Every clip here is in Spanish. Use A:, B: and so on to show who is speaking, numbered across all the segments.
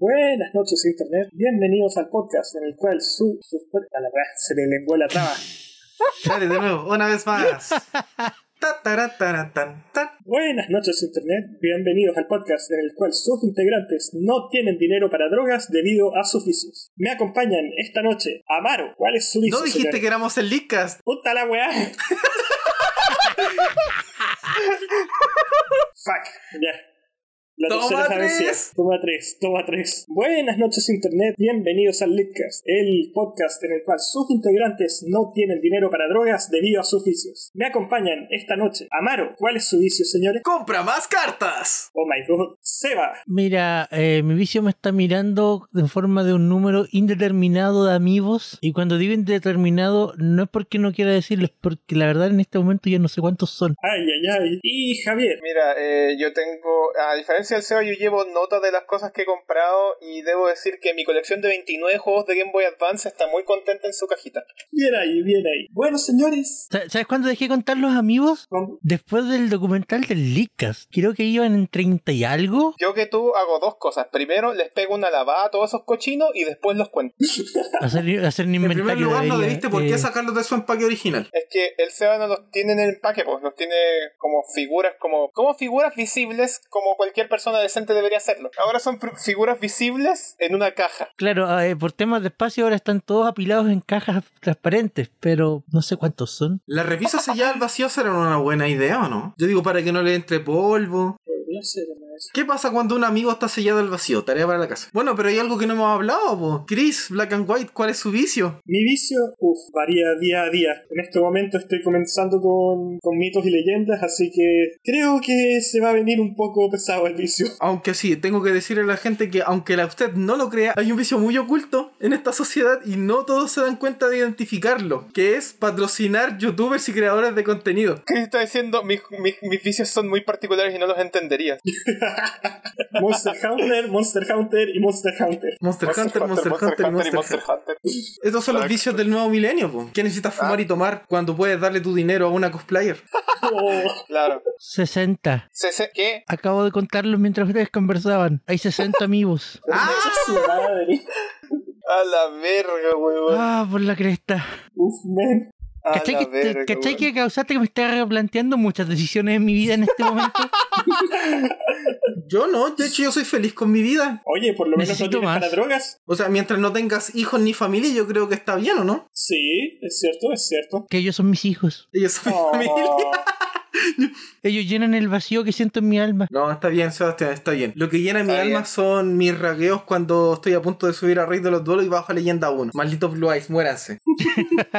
A: Buenas noches, Internet. Bienvenidos al podcast en el cual su. su- a la verdad, se le lenguó la traba.
B: Dale, de nuevo, una vez más. Ta, tará, tarán, tan, tan.
A: Buenas noches, Internet. Bienvenidos al podcast en el cual sus integrantes no tienen dinero para drogas debido a sus vicios. Me acompañan esta noche Amaro. ¿Cuál es su vicio?
B: No dijiste
A: señores?
B: que éramos el Leadcast.
A: ¡Puta la weá! Fuck, ya. La
B: Toma
A: tercera
B: tres.
A: vez. Toma tres, toma tres. Buenas noches Internet, bienvenidos al Litcast, el podcast en el cual sus integrantes no tienen dinero para drogas debido a sus vicios. Me acompañan esta noche. Amaro, ¿cuál es su vicio, señores?
B: ¡Compra más cartas!
A: Oh my god. Seba,
C: Mira, eh, mi vicio me está mirando en forma de un número indeterminado de amigos. Y cuando digo indeterminado, no es porque no quiera decirles, porque la verdad en este momento ya no sé cuántos son.
A: ay, ay, ay. Y Javier.
D: Mira, eh, yo tengo, a diferencia del SEO, yo llevo nota de las cosas que he comprado y debo decir que mi colección de 29 juegos de Game Boy Advance está muy contenta en su cajita.
A: Bien ahí, bien ahí. Bueno, señores.
C: Sa- ¿Sabes cuándo dejé de contar los amigos?
A: con-
C: Después del documental del Licas. Creo que iban en 30 y algo.
D: Yo que tú hago dos cosas. Primero, les pego una lavada a todos esos cochinos y después los cuento.
C: Hacer, hacer un
B: En
C: inventario.
B: primer lugar, no
C: debería,
B: debiste por qué
C: eh,
B: sacarlos de su empaque original.
D: Es que el SEO no los tiene en el empaque, pues los tiene como figuras, como, como figuras visibles, como cualquier persona decente debería hacerlo. Ahora son fr- figuras visibles en una caja.
C: Claro, eh, por temas de espacio ahora están todos apilados en cajas transparentes, pero no sé cuántos son.
B: ¿Las revisas allá al vacío será una buena idea o no? Yo digo para que no le entre polvo.
A: Podría ser una vez.
B: ¿Qué pasa cuando un amigo está sellado al vacío? Tarea para la casa. Bueno, pero hay algo que no hemos hablado, po. Chris, Black and White, ¿cuál es su vicio?
A: Mi vicio, uff, varía día a día. En este momento estoy comenzando con, con mitos y leyendas, así que creo que se va a venir un poco pesado el vicio.
B: Aunque sí, tengo que decirle a la gente que aunque la usted no lo crea, hay un vicio muy oculto en esta sociedad y no todos se dan cuenta de identificarlo, que es patrocinar youtubers y creadores de contenido.
D: ¿Qué está diciendo? Mis, mis, mis vicios son muy particulares y no los entenderías.
A: Monster Hunter, Monster Hunter y Monster Hunter.
B: Monster, Hunter, Monster, Hunter,
D: y
B: Monster,
D: Monster
B: Hunter.
D: Hunter.
B: Estos son los
D: Exacto.
B: vicios del nuevo milenio, po. ¿Qué necesitas fumar y tomar cuando puedes darle tu dinero a una cosplayer?
A: Oh,
D: Claro.
C: 60.
D: Se, se- ¿Qué?
C: Acabo de contarlos mientras ustedes conversaban. Hay 60 amigos.
B: ¡Ah!
A: su madre.
D: A la verga, weón.
C: Ah, por la cresta.
A: Uf, man.
D: A
C: ¿Cachai
D: la
C: que, te-
D: verga,
C: cachai
D: weón.
C: que causaste que me esté replanteando muchas decisiones en mi vida en este momento?
B: Yo no, de hecho yo soy feliz con mi vida.
A: Oye, por lo menos
C: Necesito
A: no tienes
C: más.
A: para drogas.
B: O sea, mientras no tengas hijos ni familia, yo creo que está bien, ¿o no?
A: Sí, es cierto, es cierto.
C: que ellos son mis hijos.
B: Ellos son mi
A: Oh,
B: familia.
C: Ellos llenan el vacío que siento en mi alma.
B: No, está bien, Sebastián, está bien. Lo que llena mi
D: Está
B: alma
D: bien.
B: son mis ragueos cuando estoy a punto de subir a Rey de los Duelos y bajo a Leyenda 1. Malditos Blue Eyes, muéranse.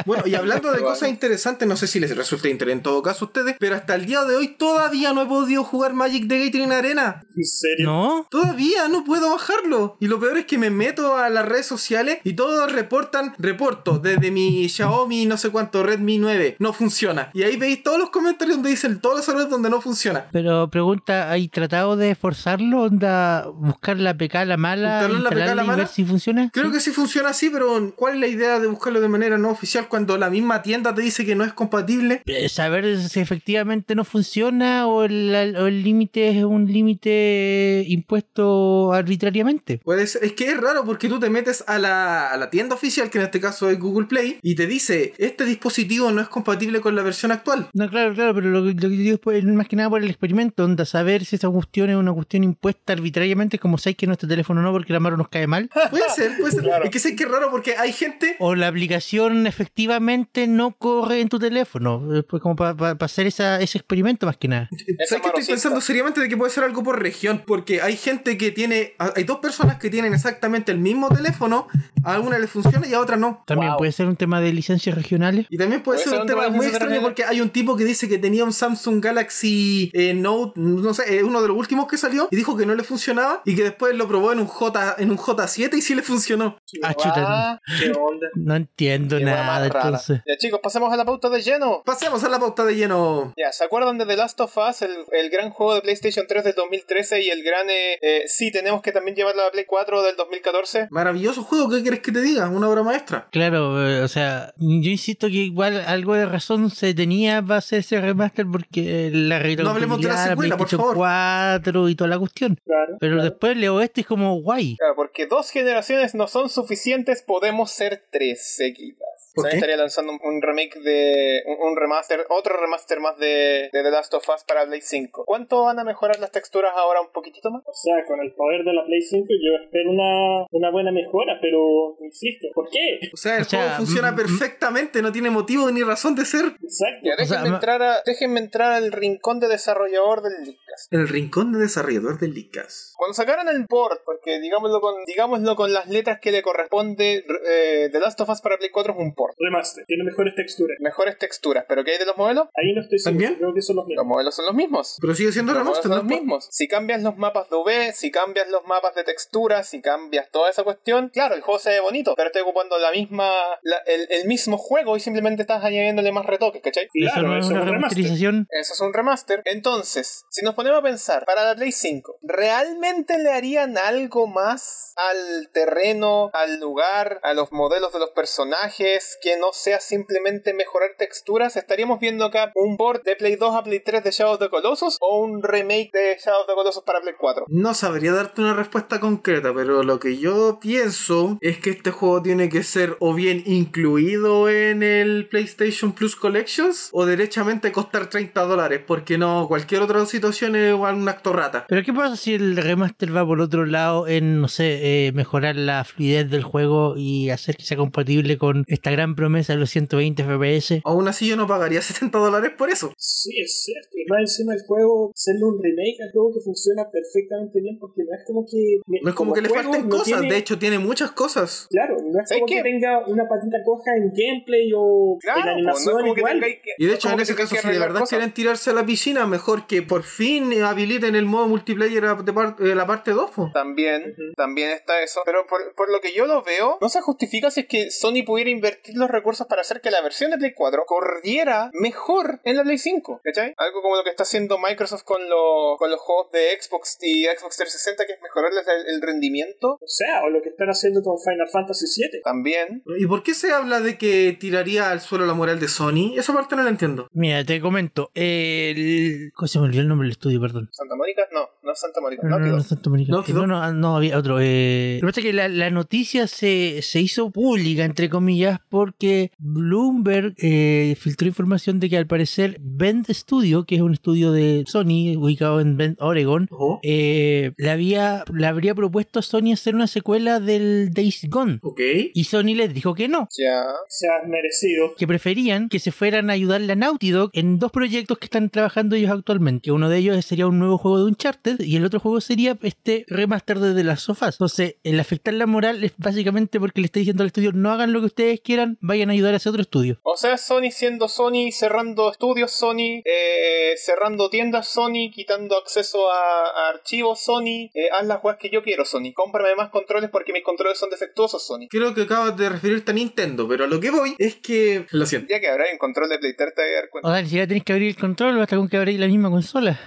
B: bueno, y hablando de
D: Blue
B: cosas
D: Eyes.
B: interesantes, no sé si les resulta interesante en todo caso a ustedes, pero hasta el día de hoy todavía no he podido jugar Magic the Gathering Arena.
A: en serio.
C: ¿No?
B: Todavía no puedo bajarlo. Y lo peor es que me meto a las redes sociales y todos reportan, reporto, desde mi Xiaomi, no sé cuánto, Redmi 9, no funciona. Y ahí veis todos los comentarios donde dicen todos los errores donde no funciona.
C: Pero pregunta, ¿hay tratado de forzarlo? ¿Onda buscar la PK la mala?
B: ¿Instalar la PK la
C: instalarla y
B: mala?
C: ver si funciona?
B: Creo
C: Sí.
B: que sí funciona así, pero ¿cuál es la idea de buscarlo de manera no oficial cuando la misma tienda te dice que no es compatible?
C: Eh, Saber si efectivamente no funciona o el o el límite es un límite impuesto arbitrariamente.
B: Puede ser- es que es raro porque tú te metes a la, a la tienda oficial, que en este caso es Google Play, y te dice, este dispositivo no es compatible con la versión actual.
C: No, claro, claro, pero lo, que- lo que digo es por- más que nada por el experimento, onda, saber si esa cuestión es una cuestión impuesta arbitrariamente, como sabéis que nuestro teléfono no, porque la mano nos cae mal.
B: Puede ser, puede ser.
D: Claro.
B: Es que sé que es raro porque hay gente...
C: O la aplicación efectivamente no corre en tu teléfono, eh, pues como para hacer esa, ese experimento más que nada.
D: Esa
B: ¿Sabes que estoy
D: marosista.
B: pensando seriamente de que puede ser algo por región? Porque hay gente que tiene... Hay dos personas que tienen exactamente el mismo teléfono, a una le funciona y a otra no.
C: También
D: Wow.
C: puede ser un tema de licencias regionales.
B: Y también puede, ser, un tema muy extraño porque hay un tipo que dice que tenía un Samsung Galaxy eh, Note, no sé, eh, uno de los últimos que salió, y dijo que no le funcionaba y que después lo probó en un J, en un J7 y sí le funcionó.
C: Ah, chuta,
D: Ah, qué onda.
C: no entiendo
D: Qué weá
C: nada,
D: más rara.
C: entonces.
D: Ya chicos, pasemos a la pauta de lleno.
B: Pasemos a la pauta de lleno.
D: Ya, ¿se acuerdan de The Last of Us, el, el gran juego de PlayStation 3 del 2013 y el gran... Eh, eh, sí, tenemos que también llevarlo a Play 4 del 2014?
B: Maravilloso juego, ¿qué quieres que te diga? Una obra maestra.
C: Claro, eh, o sea, yo insisto que igual algo de razón se tenía para hacer ese remaster porque el- la
B: No hablemos de la
C: retrocompatibilidad,
B: secuela, por
C: PlayStation
B: favor.
C: 4 y toda la cuestión.
A: Claro.
C: Pero después el oeste es como guay.
D: Claro, porque dos generaciones no son suficientes, podemos ser tres seguidas.
B: ¿Por
D: O sea,
B: qué?
D: estaría lanzando un- un remake de. un, un remaster, otro remaster más de, de The Last of Us para Play 5. ¿Cuánto van a mejorar las texturas ahora un poquitito más?
A: O sea, con el poder de la Play 5 yo espero una, una buena mejora, pero insisto, ¿por qué?
B: O sea, el
C: O sea,
B: juego funciona
C: mm,
B: perfectamente, no tiene motivo ni razón de ser.
A: Exacto.
D: Ya, déjenme,
C: sea, ma-
D: entrar a- déjenme entrar al rincón de desarrollador del Leadcast.
B: El rincón de desarrollador del Licas.
D: Cuando sacaron el port, porque digámoslo con, digámoslo con las letras que le corresponde, eh, The Last of Us para Play 4 es un port.
A: Remaster, tiene mejores texturas.
D: Mejores texturas, pero ¿qué hay de los modelos?
A: Ahí no estoy seguro,
B: ¿También?
A: creo que son los
D: Los
A: mismos.
D: modelos son los mismos.
B: Pero sigue siendo
D: Los modelos
B: remaster,
D: son
B: ¿no?
D: los mismos. Si cambias los mapas de UV, si cambias los mapas de textura, si cambias toda esa cuestión, claro, el juego se ve bonito, pero estoy ocupando la misma, la- el, el mismo juego y simplemente estás añadiéndole más retoques, ¿cachai?
C: eso
A: Claro,
C: no es
A: eso
C: una
A: es un remaster.
C: remasterización.
D: Eso es un remaster. Entonces, si nos ponemos a pensar, para la Play 5, ¿realmente le harían algo más al terreno, al lugar, a los modelos de los personajes, que no sea simplemente mejorar texturas? ¿Estaríamos viendo acá un port de Play 2 a Play 3 de Shadow of the Colossus o un remake de Shadow of the Colossus para Play 4?
B: No sabría darte una respuesta concreta, pero lo que yo pienso es que este juego tiene que ser o bien incluido en el PlayStation Plus Collections o derechamente costar 30 dólares, porque no, cualquier otra situación es igual un acto rata.
C: Pero ¿qué pasa si el remaster va por otro lado en, no sé, eh, mejorar la fluidez del juego y hacer que sea compatible con esta gran promesa de los 120 FPS?
B: Aún así yo no pagaría 70 dólares por eso.
A: Sí, es cierto. Y más encima el juego, hacerle un remake al juego que funciona perfectamente bien, porque no es como que.
B: No es como, que le
A: juego
B: falten
A: no
B: cosas,
A: tiene-
B: de hecho tiene muchas cosas.
A: Claro, no es
D: ¿Sabes
A: como que
D: qué?
A: tenga una patita coja en gameplay o
D: Claro,
A: en
D: pues, no es
A: animación
D: como que
A: igual.
D: tengáis que-
B: Y de
D: no es
B: hecho,
D: como
B: en
D: que
B: ese
D: tengáis
B: caso,
D: que
B: si de
D: arreglar
B: verdad
D: cosas.
B: quieren tirarse a la piscina, mejor que por fin habiliten el modo multiplayer a- de par- eh, la parte 2. po.
D: También, también está eso. Pero por, por lo que yo lo veo, no se justifica si es que Sony pudiera invertir los recursos para hacer que la versión de Play 4 corriera mejor en la Play 5. ¿Cachai? Algo como lo que está haciendo Microsoft con, lo- con los juegos de Xbox y Xbox 360, que es mejorarles el, el rendimiento.
A: O sea, o lo que están haciendo con Final Fantasy VII.
D: Ah. También.
B: ¿Y por qué se habla de que tiraría al suelo la moral de Sony? Esa parte no la entiendo.
C: Mira, te comento. El... ¿Cómo se me olvidó el nombre del estudio? Perdón.
D: ¿Santa Mónica? No, no es Santa Mónica.
C: No, no,
D: Naughty
C: no,
D: Dog.
C: Santa Mónica.
B: Naughty
C: Eh,
B: Dog.
C: no, no, ah, no, había otro. eh. Lo que pasa es que la, la noticia se, se hizo pública, entre comillas, porque Bloomberg eh, filtró información de que al parecer Bend Studio, que es un estudio de Sony ubicado en Bend, Oregon,
B: Ojo.
C: eh, le, había, le habría propuesto a Sony hacer una secuela del Days Gone.
B: Ok.
C: Y Sony les dijo que no.
D: Ya.
A: Se ha merecido.
C: Que preferían que se fueran a ayudarle a Naughty Dog en dos proyectos que están trabajando ellos actualmente. Que uno de ellos sería un nuevo juego de Uncharted y el otro juego sería este remaster de las sofás. Entonces, el afectar la moral es básicamente porque le está diciendo al estudio no hagan lo que ustedes quieran, vayan a ayudar a ese otro estudio.
D: O sea, Sony siendo Sony, cerrando estudios Sony, eh, cerrando tiendas Sony, quitando acceso a, a archivos Sony, eh, haz las weas que yo quiero Sony, cómprame más controles porque mis controles son defectuosos Sony.
B: Creo que acabas de referirte a Nintendo, pero a lo que voy es que... Lo siento.
D: Ya que habrá un control de Play 3 te vas a dar cuenta.
C: O sea, ni siquiera tenéis que abrir el control hasta con que abráis la misma consola.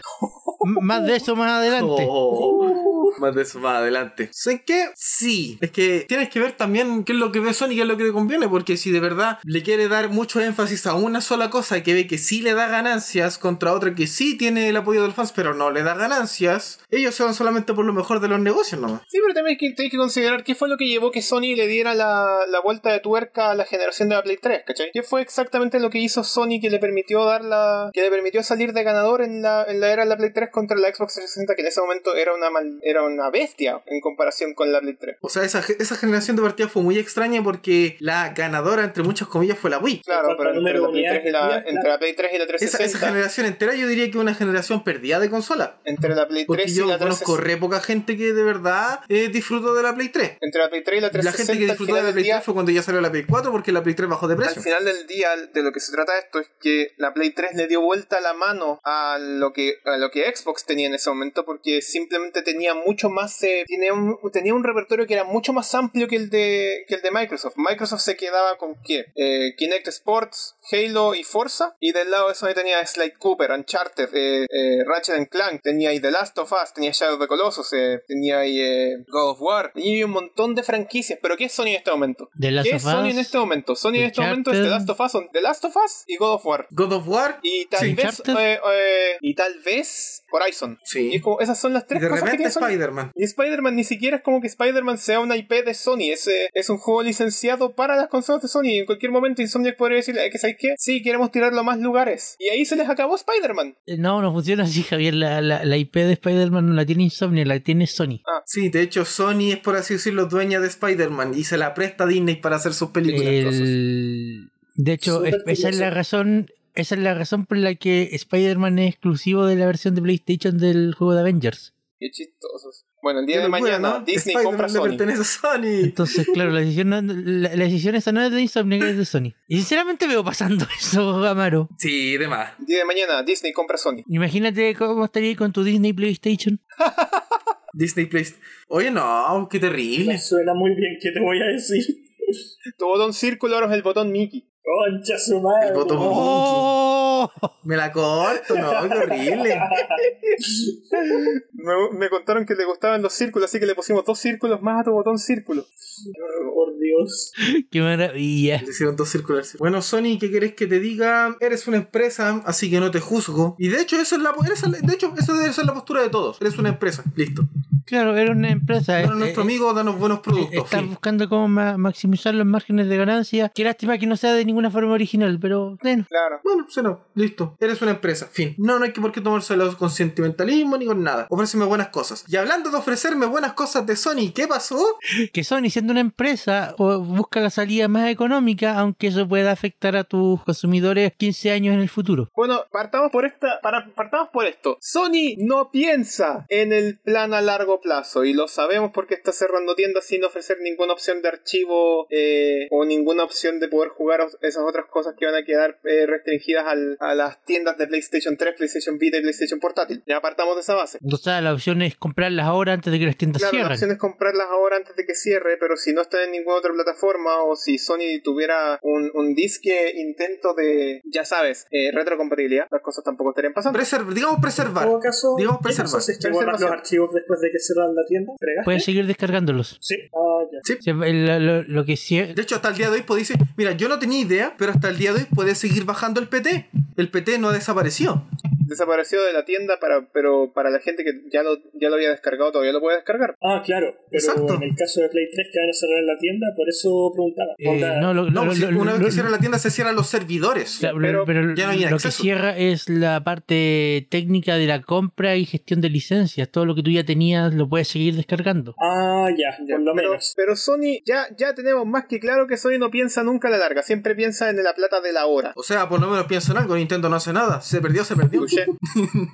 C: M- más de eso más adelante.
B: Oh, más de eso más adelante. ¿Sé qué? Sí. Es que tienes que ver también qué es lo que ve Sony, qué es lo que le conviene, porque si de verdad le quiere dar mucho énfasis a una sola cosa y que ve que sí le da ganancias contra otra que sí tiene el apoyo de los fans, pero no le da ganancias, ellos se van solamente por lo mejor de los negocios nomás.
D: Sí, pero también hay que, tenéis que considerar qué fue lo que llevó que Sony le diera la, la vuelta de tuerca a la generación de la Play 3, ¿cachai? ¿Qué fue exactamente lo que hizo Sony que le permitió dar la, que le permitió salir de ganador en la, en la era de la Play 3 contra la Xbox 360, que en ese momento era una, mal- era una bestia en comparación con la Play 3?
B: O sea, esa, ge- esa generación de partidas fue muy extraña porque la ganadora, entre muchas comillas, fue la Wii.
D: Claro,
A: Falta
D: pero entre
A: número
D: la, Play
A: unidad
D: 3 y
A: de
D: la,
A: días,
D: entre
A: claro.
D: la Play 3 y la
B: Esa,
D: 360,
B: esa generación entera yo diría que una generación perdida de consola.
D: entre la Play
B: Porque
D: 3 y
B: yo
D: la
B: conozco
D: 360,
B: re poca gente que de verdad eh, disfrutó de la Play 3.
D: entre la Play 3 y la
B: La
D: 360,
B: gente que
D: al
B: disfrutó de
D: final
B: la
D: del
B: Play
D: día-
B: 3 fue cuando ya salió la Play 4 porque la Play 3 bajó de precio.
D: Al final del día, de lo que se trata esto es que la Play 3 le dio vuelta la mano a lo que, a lo que Xbox tenía en ese momento porque simplemente tenía mucho más eh, tenía, un, tenía un repertorio que era mucho más amplio que el de que el de Microsoft. Microsoft se quedaba con qué? Eh, Kinect Sports, Halo y Forza y del lado de Sony tenía Slade Cooper, Uncharted, eh, eh, Ratchet and Clank, tenía ahí The Last of Us, tenía Shadow of the Colossus, eh, tenía ahí eh, God of War y un montón de franquicias. Pero ¿qué es Sony en este momento?
C: The Last of
D: ¿Qué es Sony
C: Us.
D: en este momento? Sony en este
C: Uncharted.
D: momento es The Last of Us, son The Last of Us y God of War.
B: God of War.
D: Y tal
B: Sí.
D: vez
C: Uncharted.
D: eh, eh, y tal vez Horizon.
B: Sí.
D: Y es como, esas son las
B: Y
D: tres
B: de
D: cosas que
B: repente
D: tiene Sony.
B: Spider-Man.
D: Y Spider-Man ni siquiera es como que Spider-Man sea una IP de Sony. Es, eh, es un juego licenciado para las consolas de Sony. En cualquier momento Insomniac podría decir, que ¿sabes qué? Sí, queremos tirarlo a más lugares. Y ahí se les acabó Spider-Man.
C: Eh, No, no funciona así, Javier. La, la, la IP de Spider-Man no la tiene Insomnia, la tiene Sony.
B: Sí, de hecho Sony es por así decirlo dueña de Spider-Man y se la presta a Disney para hacer sus películas.
C: El- De hecho,
A: Súper
C: es- esa es
A: curioso.
C: la razón. Esa es la razón por la que Spider-Man es exclusivo de la versión de PlayStation del juego de Avengers.
D: Qué chistosos. Bueno, el
B: Qué
D: día de
B: locura, ¿no?
D: mañana Disney
B: Spider-Man
D: compra
B: le
D: Sony.
B: pertenece a Sony.
C: Entonces, claro, la decisión, no- la, la decisión esa no es de Insomnia, es de Sony. Y sinceramente veo pasando eso, Amaro.
B: Sí, demás.
D: El día de mañana Disney compra Sony.
C: Imagínate cómo estaría con tu Disney PlayStation.
B: Disney Place. Oye, no, qué
A: Me
B: terrible.
A: suena muy bien, ¿qué te voy a decir?
D: Tu botón círculo ahora es el botón Mickey.
A: Concha su madre.
B: El botón.
C: ¡Oh!
B: Me la corto, no, qué horrible.
D: Me, me contaron que le gustaban los círculos, así que le pusimos dos círculos más a tu botón círculo.
A: Por Dios.
C: ¡Qué maravilla!
B: Le hicieron dos circulares. Bueno, Sony, ¿qué querés que te diga? Eres una empresa, así que no te juzgo. Y de hecho, eso es la, eres- de hecho, eso debe ser la postura de todos. Eres una empresa, listo.
C: Claro, era una empresa.
B: Bueno,
C: eh,
B: nuestro
C: eh,
B: amigo, danos buenos productos.
C: Estás
B: fin.
C: buscando cómo ma- maximizar los márgenes de ganancia. Qué lástima que no sea de ninguna forma original, pero bueno.
D: Claro.
B: Bueno, será, listo. Eres una empresa, fin. No, no hay que por qué tomárselo con sentimentalismo ni con nada. Ofréceme buenas cosas. Y hablando de ofrecerme buenas cosas de Sony, ¿qué pasó?
C: Que Sony, siendo una empresa, o- busca la salida más económica, aunque eso pueda afectar a tus consumidores 15 años en el futuro.
D: Bueno, partamos por esta, para, partamos por esto. Sony no piensa en el plan a largo plazo y lo sabemos porque está cerrando tiendas sin ofrecer ninguna opción de archivo eh, o ninguna opción de poder jugar os- esas otras cosas que van a quedar eh, restringidas al- a las tiendas de PlayStation 3, PlayStation Vita y PlayStation Portátil. Ya partamos de esa base.
C: O sea, la opción es comprarlas ahora antes de que las tiendas
D: Claro, la
C: cierren.
D: opción es comprarlas ahora antes de que cierre, pero si no está en ninguna otra plataforma o si Sony tuviera un, un disque intento de, ya sabes, eh, retrocompatibilidad, las cosas tampoco estarían pasando.
B: Preserv- digamos
A: En
B: preservar.
A: todo caso,
B: Digamos
A: ¿qué pasa
B: preservar.
A: si es que borras los
D: Preservación.
A: archivos después de que cerran la tienda? ¿Fregaste?
C: Puedes seguir descargándolos.
A: Sí. Ah, ya.
B: Sí.
C: O sea, Lo, lo- lo que sí-
B: De hecho, hasta el día de hoy podéis decir, mira, yo no tenía idea, pero hasta el día de hoy podés seguir bajando el PT. El PT no desapareció.
D: desapareció de la tienda para pero para la gente que ya lo ya lo había descargado todavía lo puede descargar
A: Ah, claro. Pero
B: Exacto.
A: en el caso de Play 3 que van a cerrar la tienda, por eso preguntaba.
C: eh,
A: Onda,
C: no, lo-
B: No, pues
C: lo-
B: si
C: lo-
B: una vez
C: lo-
B: que cierra la tienda se cierran los servidores.
C: Claro,
D: pero
C: pero,
B: ya no hay
C: lo que
B: acceso.
C: cierra es la parte técnica de la compra y gestión de licencias. Todo lo que tú ya tenías lo puedes seguir descargando.
A: Ah, ya,
D: Ya,
A: por lo
D: pero,
A: menos.
D: pero Sony ya ya tenemos más que claro que Sony no piensa nunca a la larga siempre piensa en la plata de la hora
B: O sea, por lo menos pienso en algo, Nintendo no hace nada. Se perdió, se perdió.
D: Touché.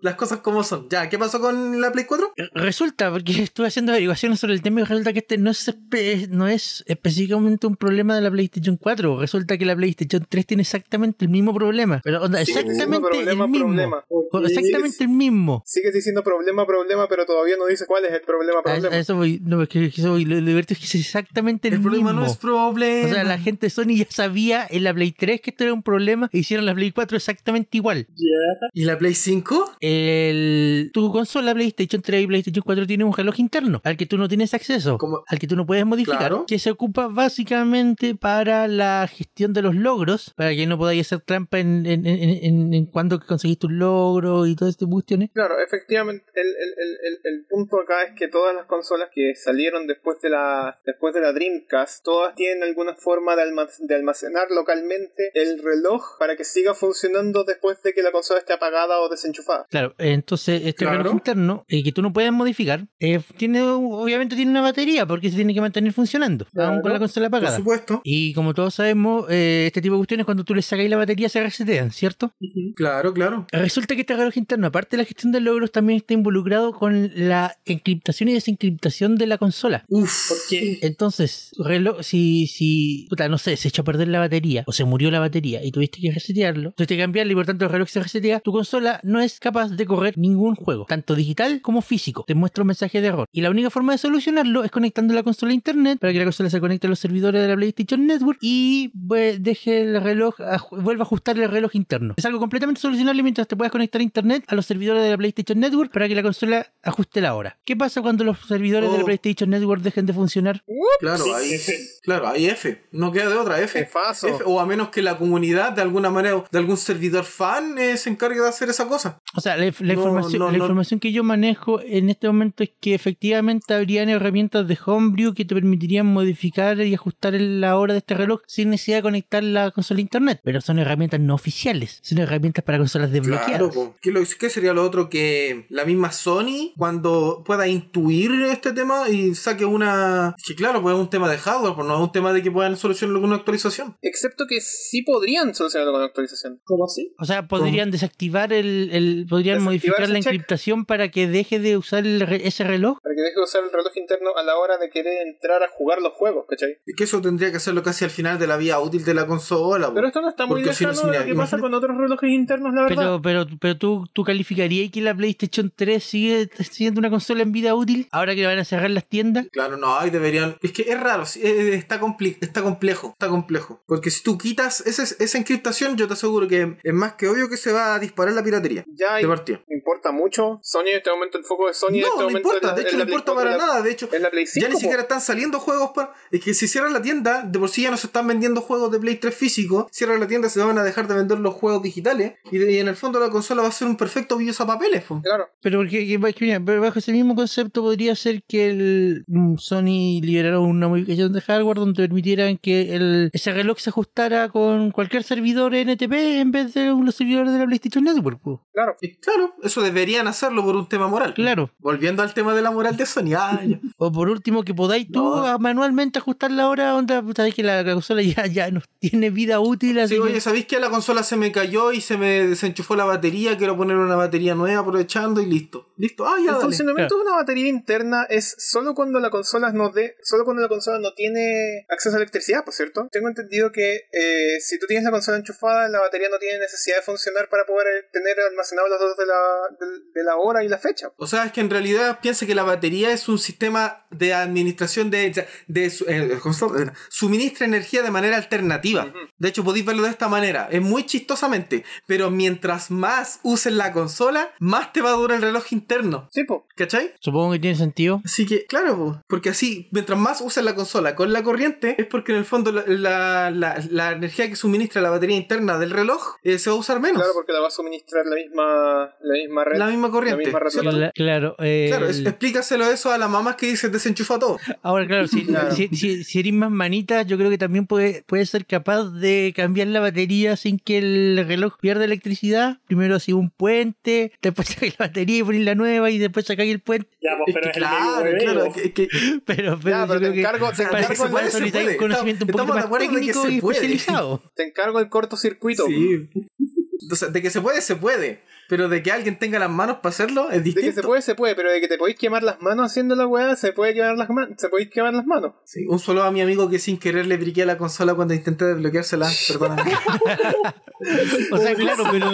B: Las cosas como son. Ya, ¿qué pasó con la Play 4?
C: Resulta, porque estuve haciendo averiguaciones sobre el tema y resulta que este no es, espe- no es específicamente un problema de la PlayStation 4. Resulta que la PlayStation 3 tiene exactamente el mismo problema. Pero onda,
B: Sí,
C: exactamente
D: Mismo problema
C: el mismo.
D: problema
C: O- Exactamente el mismo.
D: sigues diciendo problema problema pero todavía no dices cuál es el problema
C: A,
D: problema
C: a eso voy. No, es que, es que eso voy. Lo, lo divertido es que es exactamente el,
B: El, problema
C: mismo.
B: no es problema.
C: o sea, la gente de Sony ya sabía en la Play 3 que esto era un problema e hicieron la Play 4 exactamente igual.
A: Ya.
B: ¿Y la Play 5?
C: el, tu consola PlayStation 3 y PlayStation 4 tiene un reloj interno al que tú no tienes acceso,
B: Como-
C: al que tú no puedes modificar,
B: Claro.
C: que se ocupa básicamente para la gestión de los logros, para que no podáis hacer trampa en, en, en, en- en cuando conseguiste un logro y todo este cuestiones.
D: Claro, efectivamente, el, el- el- el- el punto acá es que todas las consolas que salieron después de la después de la Dreamcast, todas tienen alguna forma de, alma- de almacenar localmente el reloj para que siga funcionando después de que la consola esté apagada o desenchufada.
C: Claro, entonces este
B: Claro.
C: reloj interno eh, que tú no puedes modificar, eh, tiene obviamente tiene una batería porque se tiene que mantener funcionando, aún
A: Claro.
C: con la consola
B: Por
C: apagada.
B: supuesto.
C: Y como todos sabemos, eh, este tipo de cuestiones cuando tú le sacáis la batería se resetean, ¿cierto?
A: Ujú.
B: Claro, claro.
C: Resulta que este reloj interno, aparte de la gestión de logros, también está involucrado con la encriptación y desencriptación de la consola.
B: Uf.
A: ¿Por qué?
C: Entonces, reloj, si, si, puta, no sé, se echó a perder la batería o se murió la batería y tuviste que resetearlo, tuviste que cambiarlo y por tanto el reloj se FCTA, tu consola no es capaz de correr ningún juego, tanto digital como físico. Te muestra un mensaje de error. Y la única forma de solucionarlo es conectando la consola a internet para que la consola se conecte a los servidores de la PlayStation Network y pues, deje el reloj, a- vuelva a ajustar el reloj interno. Es algo completamente solucionable mientras te puedas conectar a internet a los servidores de la PlayStation Network para que la consola ajuste la hora. ¿Qué pasa cuando los servidores de la
B: Oh.
C: PlayStation Network dejen de funcionar?
B: Claro,
A: Sí,
B: ahí,
A: F.
B: claro, ahí F. No queda de otra, F.
D: Jefazo.
B: F, O a menos que la comunidad, de alguna manera, de algún servidor fan, eh, se encargue de hacer esa cosa.
C: O sea, la, inf- la
B: No,
C: información,
B: no, no.
C: la información que yo manejo en este momento es que efectivamente habrían herramientas de Homebrew que te permitirían modificar y ajustar el- la hora de este reloj sin necesidad de conectar la consola a internet. Pero son herramientas no oficiales, son herramientas para consolas desbloqueadas.
B: Claro, po. ¿Qué, lo- qué sería lo otro que la misma Sony, cuando pueda intuir este tema y saque una. Que claro, pues es un tema de hardware, pues no es un tema de que puedan solucionarlo con una actualización.
D: Excepto que sí podrían solucionarlo con actualización.
A: ¿Cómo así?
C: o sea, podrían desactivar el, el- podrían
D: Desactivar
C: modificar
D: ese
C: la
D: check.
C: encriptación para que deje de usar el re- ese reloj.
D: Para que deje de usar el reloj interno a la hora de querer entrar a jugar los juegos, ¿cachai?
B: Y que eso tendría que hacerlo casi al final de la vía útil de la consola. po.
D: Pero esto no está muy
B: Porque si no,
D: lejano de
B: mira,
D: lo que pasa
B: imagínate-
D: con otros relojes internos, la verdad.
C: Pero, pero, pero tú, tú calificarías que la PlayStation 3 sigue siendo una consola en vida útil ahora que van a cerrar las tiendas.
B: Claro, no, ahí deberían. Es que es raro, sí, eh, está, compli- está complejo, está complejo. Porque si tú quitas ese- esa encriptación, yo te aseguro que es más que obvio que se va a disparar la piratería.
D: Ya hay-
B: De partida.
D: no importa mucho. Sony en este momento, el foco de Sony en este
B: No, no
D: momento
B: importa,
D: es la-
B: de
D: es
B: hecho
D: la
B: no
D: Play
B: importa
D: 4,
B: para
D: la-
B: nada, de hecho
D: es la Play
B: ya ni
D: 5,
B: siquiera están saliendo juegos para... Es que si cierran la tienda, de por sí ya no se están vendiendo juegos de Play 3 físico, cierran la tienda se van a dejar de vender los juegos digitales y, de- y en el fondo la consola va a ser un perfecto billos a papeles. po.
D: Claro.
C: Pero porque que- que mira, pero bajo ese mismo concepto podría ser que el mm, Sony liberara una modificación de hardware donde permitieran que el, ese reloj se ajustara con cualquier servidor NTP en vez de los servidores de la PlayStation Network. po.
D: Claro.
B: Y claro, eso deberían hacerlo por un tema moral.
C: Claro.
B: Volviendo al tema de la moral de Sony. Ah, ya.
C: O por último que podáis tú
B: No.
C: a- manualmente ajustar la hora, onda, sabes que la consola ya, ya no tiene vida útil, así
B: Sí,
C: que-
B: oye, ¿sabéis que la consola se me cayó y se me desenchufó la batería? Quiero poner una batería nueva aprovechando y listo. Listo. Ah, ya,
D: El
B: dale.
D: funcionamiento de una batería interna es solo cuando la consola no de, solo cuando la consola no tiene acceso a electricidad, por cierto. Tengo entendido que eh, si tú tienes la consola enchufada, la batería no tiene necesidad de funcionar para poder eh, tener almacenados los datos de la, de- de la hora y la fecha.
B: O sea, es que en realidad piensa que la batería es un sistema de administración de, de su- eh, ¿cómo se llama? suministra energía de manera alternativa. De hecho, podéis verlo de esta manera. Es muy chistosamente. Pero mientras más uses la consola, más te va a durar el reloj interno.
D: Sí, po.
B: ¿Cachai?
C: Supongo que tiene sentido.
B: Así que, claro, po, porque así, mientras más usas la consola con la corriente, es porque en el fondo la, la- la- la energía que suministra la batería interna del reloj eh, se va a usar menos.
D: Claro, porque la va a suministrar la misma, la misma red.
B: la misma corriente.
D: misma red
B: ¿cierto?
D: total.
C: Cla- Claro, eh,
B: Claro, es- explícaselo eso a las mamás que dicen desenchufa todo.
C: Ahora, claro, si,
D: Claro.
C: si, si- si eres más manita, yo creo que también puede, puede ser capaz de cambiar la batería sin que el reloj pierda electricidad. Primero así un puente, después sacáis la batería y ponéis la nueva y después sacáis el puente.
A: Ya, pues,
B: Es
A: pero
B: que
A: es el
B: claro,
A: medio hueveo.
B: claro, es que- es que-
C: Pero, pero
D: Ya,
C: yo
D: pero te
C: creo que
D: encargo, te
B: Para que
C: parece que
B: se puede,
D: encargo,
C: para
B: se
C: eso necesitáis
B: puede.
C: un conocimiento
B: Estamos-
C: un poquito
B: estamos de
C: más
B: acuerdo en que
C: técnico
B: se
C: y
B: puede.
C: especializado.
D: te encargo el cortocircuito.
B: sí. Entonces, de que se puede, se puede. Pero de que alguien tenga las manos para hacerlo es
D: De
B: distinto.
D: que se puede, se puede, pero de que te podéis quemar las manos haciendo la weá, se puede quemar las manos, se podéis quemar las manos.
B: Sí, un solo a mi amigo que sin querer le briqué a la consola cuando intenté desbloqueársela. Perdóname.
C: O sea, claro, pero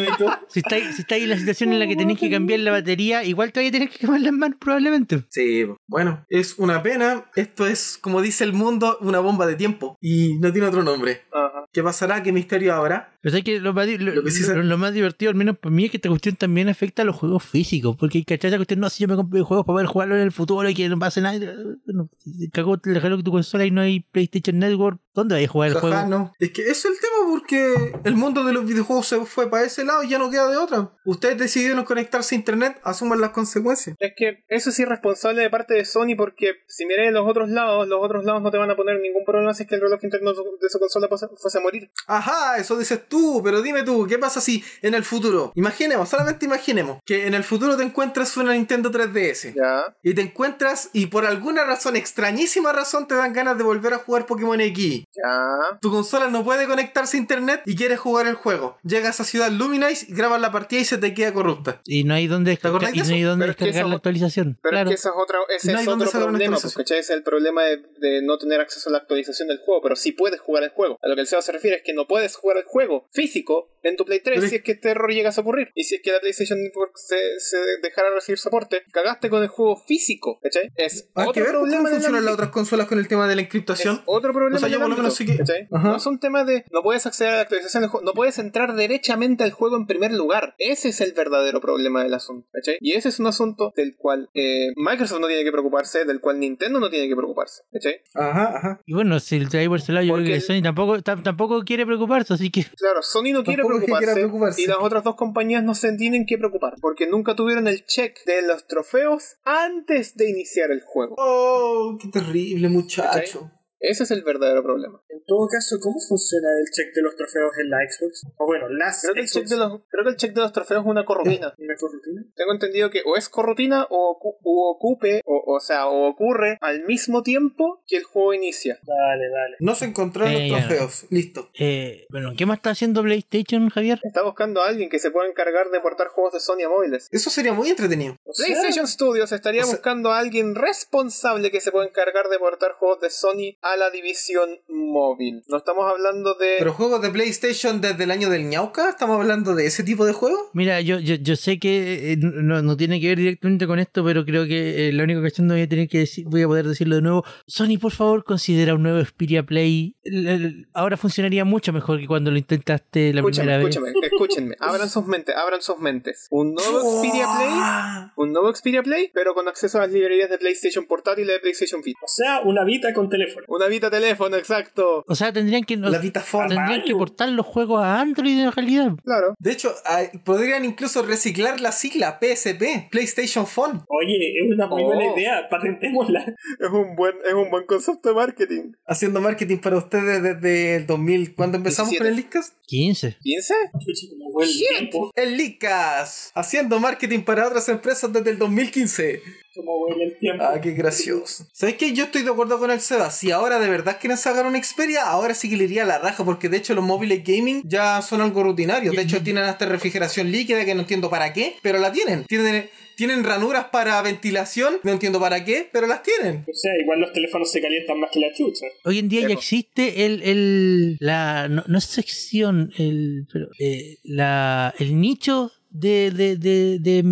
C: si estáis si estáis en la situación en la que tenéis que cambiar la batería, igual te vais a tener que quemar las manos probablemente.
B: Sí, po. bueno, es una pena. Esto es, como dice el mundo, una bomba de tiempo. Y no tiene otro nombre.
D: Ajá.
B: ¿Qué pasará? ¿Qué misterio habrá?
C: Pero sabes que lo más, di- lo,
B: Lo que sí se-
C: lo- lo más divertido, al menos para mí, es que esta cuestión también afecta a los juegos físicos. Porque cachai, esa cuestión, no, si yo me compré juegos para poder jugarlo en el futuro y que no pase nada. Bueno, si cagó el reloj de tu consola y no hay PlayStation Network. ¿Dónde vais a jugar el
B: Ajá,
C: juego?
B: no. Es que ese es el tema porque el mundo de los videojuegos se fue para ese lado y ya no queda de otra. Ustedes decidieron conectarse a internet, asuman las consecuencias.
D: Es que eso es irresponsable de parte de Sony porque si miráis los otros lados, los otros lados no te van a poner ningún problema si es que el reloj interno de su- de su consola pasa- fuese a morir.
B: Ajá, eso dices tú, pero dime tú, ¿qué pasa si en el futuro, imaginemos, solamente imaginemos, que en el futuro te encuentras una Nintendo 3DS?
D: Ya.
B: Y te encuentras y por alguna razón, extrañísima razón, te dan ganas de volver a jugar Pokémon X.
D: Ya.
B: Tu consola no puede conectarse a internet y quieres jugar el juego. Llegas a Ciudad Luminice, grabas la partida y se te queda corrupta.
C: Y no hay dónde, descargar-
B: acordás de
C: y no
B: eso?
C: hay dónde
D: Pero es que
C: descargar
D: eso-
C: la actualización.
D: Pero
C: claro.
D: es que esa es otra, ese
B: No hay
D: es
B: dónde
D: otro
B: sacar una
D: problema,
B: actualización.
D: ¿cachai? Ese es el problema de, de no tener acceso a la actualización del juego, pero sí puedes jugar el juego. A lo que el SEO se refiere es que no puedes jugar el juego físico en tu Play 3
B: Pero es-
D: si es que este error llegas a ocurrir. Y si es que la PlayStation Network se, se dejara recibir soporte, cagaste con el juego físico, ¿cachai? Es
B: Hay que
D: otro
B: ver cómo
D: problema en el
B: funcionan las
D: ámbito.
B: otras consolas con el tema de la encriptación.
D: Es otro problema.
B: O sea,
D: en
B: yo
D: el
B: por lo menos
D: ámbito,
B: sí que-
D: ¿cachai?
B: Ajá.
D: No es un tema de no puedes acceder a la actualización del juego, no puedes entrar derechamente al juego en primer lugar. Ese es el verdadero problema del asunto, ¿cachai? Y ese es un asunto del cual eh, Microsoft no tiene que preocuparse, del cual Nintendo no tiene que preocuparse, ¿cachai?
B: Ajá, ajá.
C: Y bueno, si el driver se lo yo creo
D: Porque
C: que
D: el-
C: Sony tampoco, tam- tampoco quiere preocuparse, así que
D: Claro, Sony no quiere
B: Tampoco es que quiera
D: preocuparse,
B: preocuparse.
D: y las otras dos compañías no se tienen que preocupar porque nunca tuvieron el check de los trofeos antes de iniciar el juego.
B: Oh, qué terrible, muchacho.
D: Ese es el verdadero problema.
A: En todo caso, ¿cómo funciona el check de los trofeos en la Xbox? O bueno, las
D: Creo que el
A: Xbox.
D: check de los, creo que el check de los trofeos es una corrupina.
A: ¿Una corrutina?
D: Tengo entendido que o es corrutina o, ocu- u ocupe, o, o sea, o ocurre al mismo tiempo que el juego inicia.
A: Dale, dale.
B: No se encontraron los
C: Eh, ya.
B: trofeos. Listo.
C: eh, bueno, ¿qué más está haciendo PlayStation, Javier?
D: Está buscando a alguien que se pueda encargar de portar juegos de Sony a móviles.
B: Eso sería muy entretenido.
A: O sea,
D: PlayStation Studios estaría
B: o sea-
D: buscando a alguien responsable que se pueda encargar de portar juegos de Sony a la división móvil. No estamos hablando de...
B: Pero juegos de PlayStation desde el año del ñauca, ¿estamos hablando de ese tipo de juegos?
C: Mira, yo, yo, yo sé que eh, no, no tiene que ver directamente con esto, pero creo que eh, la única cuestión que voy a tener que decir, voy a poder decirlo de nuevo. Sony, por favor, considera un nuevo Xperia Play. El- el- ahora funcionaría mucho mejor que cuando lo intentaste la
D: escúchame,
C: primera
D: escúchame, escúchenme. Abran sus mentes, abran sus mentes. Un nuevo Xperia Play... Un nuevo Xperia Play, pero con acceso a las librerías de PlayStation Portátil y de PlayStation Vita.
A: o sea, una Vita con teléfono.
D: Una Vita teléfono, exacto.
C: vez. O sea, tendrían que,
B: La Vita Phone.
C: tendrían que
A: Mario.
C: portar los juegos a Android en realidad.
D: Claro.
B: De hecho, ah, podrían incluso reciclar la sigla PSP, PlayStation Phone.
A: Oye, es una muy
D: Oh.
A: buena idea, patentémosla.
D: Es un buen, es un buen concepto de marketing.
B: Haciendo marketing para ustedes desde el 2000. ¿Cuándo empezamos
D: 17.
B: con el Leadcast?
C: 15.
D: ¿15?
A: Chuchi, como buen
D: Shit.
A: tiempo,
B: El Leadcast. Haciendo marketing para otras empresas desde el 2015.
A: como huele el tiempo.
B: Ah, qué gracioso. ¿Sabes qué? Yo estoy de acuerdo con el Seba. Si ahora de verdad quieren sacar una Xperia, ahora sí que le iría a la raja, porque de hecho los móviles gaming ya son algo rutinario. De hecho, tienen hasta refrigeración líquida, que no entiendo para qué, pero la tienen. Tienen, tienen ranuras para ventilación, no entiendo para qué, pero las tienen.
A: O sea, igual los teléfonos se calientan más que la chucha.
C: Hoy en día
D: Sí,
C: ya
D: po.
C: existe el, el la no, no es sección, el pero, eh, la, el nicho de, de, de, de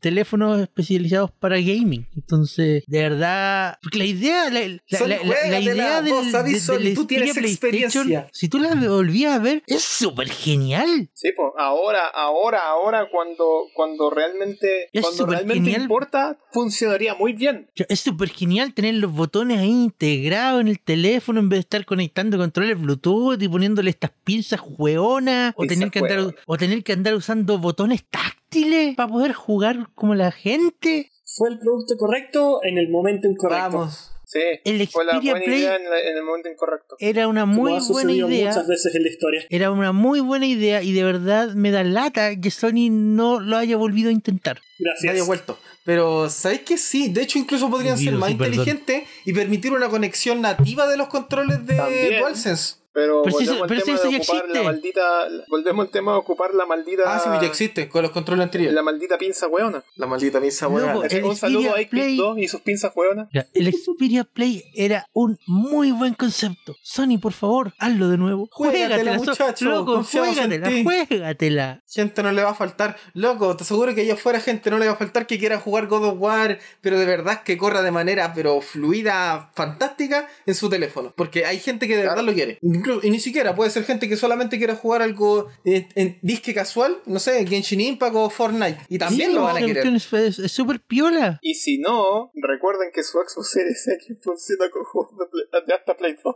C: teléfonos especializados para gaming. Entonces, de verdad, porque la idea, la, la-
B: Sol,
C: la- la- la
B: juégatela,
C: idea del,
B: vos sabés,
C: de-
B: Sol,
C: del
B: tú tienes
C: Xperia PlayStation,
B: experiencia.
C: si tú la volvías a ver, es súper genial.
D: Sí, pues ahora, ahora, ahora, cuando, cuando realmente,
C: Es
D: cuando
C: súper
D: realmente
C: genial.
D: importa, funcionaría muy bien.
C: Yo- Es súper genial tener los botones ahí integrados en el teléfono en vez de estar conectando controles Bluetooth y poniéndole estas pinzas hueonas o
D: Pinzas
C: tener que andar
D: hueonas.
C: o tener que andar usando botones táctiles para poder jugar como la gente.
A: Fue el producto correcto en el momento incorrecto.
B: Vamos.
D: Sí.
C: El
D: Fue la
C: Xperia
D: buena
C: Play-
D: idea en, la- en el momento incorrecto.
C: Era una
A: Como
C: muy
A: ha
C: buena
A: sucedido
C: idea.
A: muchas veces en la historia.
C: Era una muy buena idea y de verdad me da lata que Sony no lo haya volvido a intentar.
B: se haya
A: Gracias.
B: vuelto. Pero sabéis que sí, de hecho incluso podrían
C: Digo,
B: ser más
C: sí, perdón.
B: inteligentes y permitir una conexión nativa de los controles de
D: También.
B: DualSense.
D: Pero,
C: Pero si
D: volvemos
C: eso-
D: al
C: pero si
D: tema
C: eso
D: de
C: ya
D: ocupar la
C: existe.
D: maldita, volvemos al tema de ocupar la maldita,
B: Ah, sí, pues ya existe con los controles anteriores.
D: la
B: La,
D: maldita pinza hueona.
B: maldita misa buena.
C: Loco, El
D: Un saludo a
C: Xperia Play-
D: Xbox y sus pinzas hueonas.
C: Mira, el Xperia Play era un muy buen concepto. Sony, por favor, hazlo de nuevo.
B: Juégatela,
C: Juégatela, so-
B: muchacho,
C: loco,
B: confiamos en
C: juégatela,
B: ti.
C: juégatela.
B: Gente no le va a faltar. Loco, te aseguro que allá afuera gente no le va a faltar que quiera jugar God of War, pero de verdad que corra de manera pero fluida, fantástica en su teléfono. Porque hay gente que de
D: Claro.
B: verdad lo quiere. Inclu- y ni siquiera puede ser gente que solamente quiera jugar algo eh, en disque casual, no sé, Genshin Impact o Fortnite. Y también
C: Sí,
B: lo van a
C: esa
B: querer.
C: cuestión Es es súper piola.
D: Y si no, recuerden que su Xbox Series X funciona con juegos de, Play- de hasta Play 2.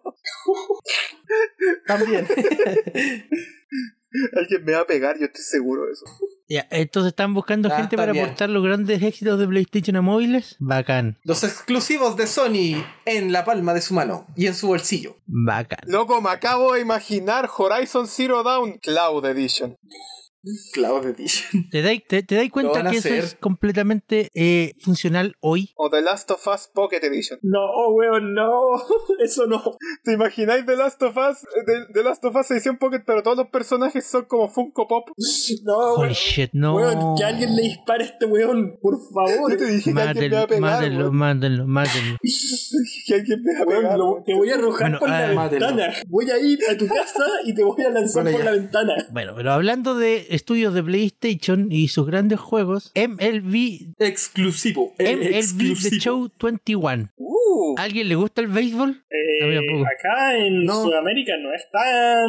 B: También.
D: Alguien me va a pegar, yo estoy seguro de eso.
C: Ya, entonces están buscando
B: Ah,
C: gente
B: está
C: para
B: bien.
C: aportar los grandes éxitos de PlayStation a móviles. Bacán,
B: Los exclusivos de Sony en la palma de su mano y en su bolsillo.
C: bacán.
D: Loco, me acabo de imaginar Horizon Zero Dawn Cloud Edition.
B: Cloud Edition.
C: ¿Te dais te, te
B: van
C: dais cuenta
B: a
C: que eso
B: hacer.
C: es completamente eh, funcional hoy?
D: O The Last of Us Pocket Edition.
A: No, oh, weón, no. Eso no.
D: ¿Te imagináis The Last of Us, The, The Last of Us edición Pocket, pero todos los personajes son como Funko Pop?
A: No,
C: Holy
A: weón.
C: shit, no.
A: Weón, que alguien le dispare a este weón, por favor.
D: Yo te dije que alguien me va
C: Mátenlo,
D: a pegar.
C: mátenlo,
D: weón.
C: mátenlo, mátenlo.
D: Que alguien me va a
A: Weón,
D: pegar.
A: lo-
D: weón.
A: te voy a arrojar
C: Bueno,
A: por
C: ah,
A: la
B: mátelo.
A: ventana. Voy a ir a tu casa y te voy a lanzar
B: Bueno,
A: por
B: ya.
A: la ventana.
C: Bueno, pero hablando de estudios de PlayStation y sus grandes juegos, MLB,
B: Exclusivo. El
C: MLB The
B: exclusivo.
C: Show 21.
D: Uh,
C: ¿A ¿Alguien le gusta el béisbol? A mí
A: Eh,
C: tampoco.
A: acá en
B: No.
A: Sudamérica no es tan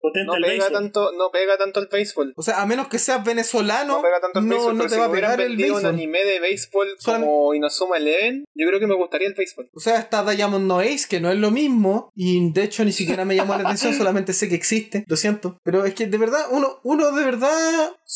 A: potente
D: no,
A: el
D: pega
A: béisbol.
D: tanto, no pega tanto el béisbol.
B: O sea, a menos que seas venezolano,
D: No pega tanto
B: no,
D: el béisbol.
B: no
D: pero
B: te
D: si
B: va
D: me
B: a
D: hubieran
B: pegar el
D: vendido un
B: béisbol.
D: anime de béisbol
B: Solam-
D: como Inazuma Eleven, yo creo que me gustaría el béisbol.
B: O sea, está Diamond No Ace, que no es lo mismo, y de hecho ni siquiera me llamó la atención, solamente sé que existe, lo siento. Pero es que de verdad, uno, uno de verdad,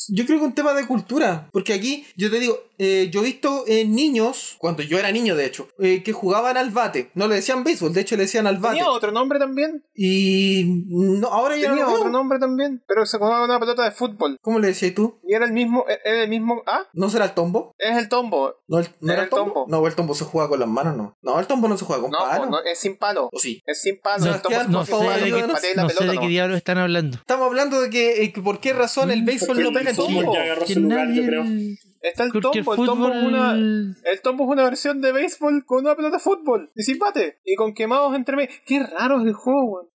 B: yo creo que un tema de cultura, porque aquí, yo te digo, eh, yo he visto eh, niños, cuando yo era niño de hecho, eh, que jugaban al bate, no le decían béisbol, de hecho le decían al bate.
D: Tenía otro nombre también.
B: Y no, ahora ya
D: Tenía
B: no lo
D: otro
B: veo.
D: nombre también. Pero se jugaba una pelota de fútbol.
B: ¿Cómo le decías tú?
D: Y era el mismo. Era el mismo. Ah,
B: ¿No será el tombo?
D: es el tombo.
B: ¿No, el- no era
D: Era el
B: el tombo?
D: tombo.
B: No, el tombo se juega con las manos, no. No, el tombo no se juega con
D: No,
B: palo.
D: po, no, es sin palo.
B: ¿O sí?
D: Es sin palo.
B: No,
D: el tombo
B: Sebastián,
D: se
C: No
B: por
C: sé
D: juega
B: favor,
C: de
D: sin
C: qué,
D: palo,
B: ayúdanos.
D: patea la
C: no sé
D: pelota,
C: de qué
D: ¿no?
C: diablos están hablando.
B: Estamos hablando de que eh, por qué razón
D: Mm,
B: el béisbol
A: Porque
B: no pega en
A: el fútbol
B: Chile.
A: ya agarró
C: Que
A: su lugar,
C: nadie-
A: yo creo.
D: Está el
C: Porque
D: tombo. El tombo es
C: fútbol-
D: una. El tombo es una versión de béisbol con una pelota de fútbol y sin bate y con quemados entre medio. Qué raro es el juego, weón.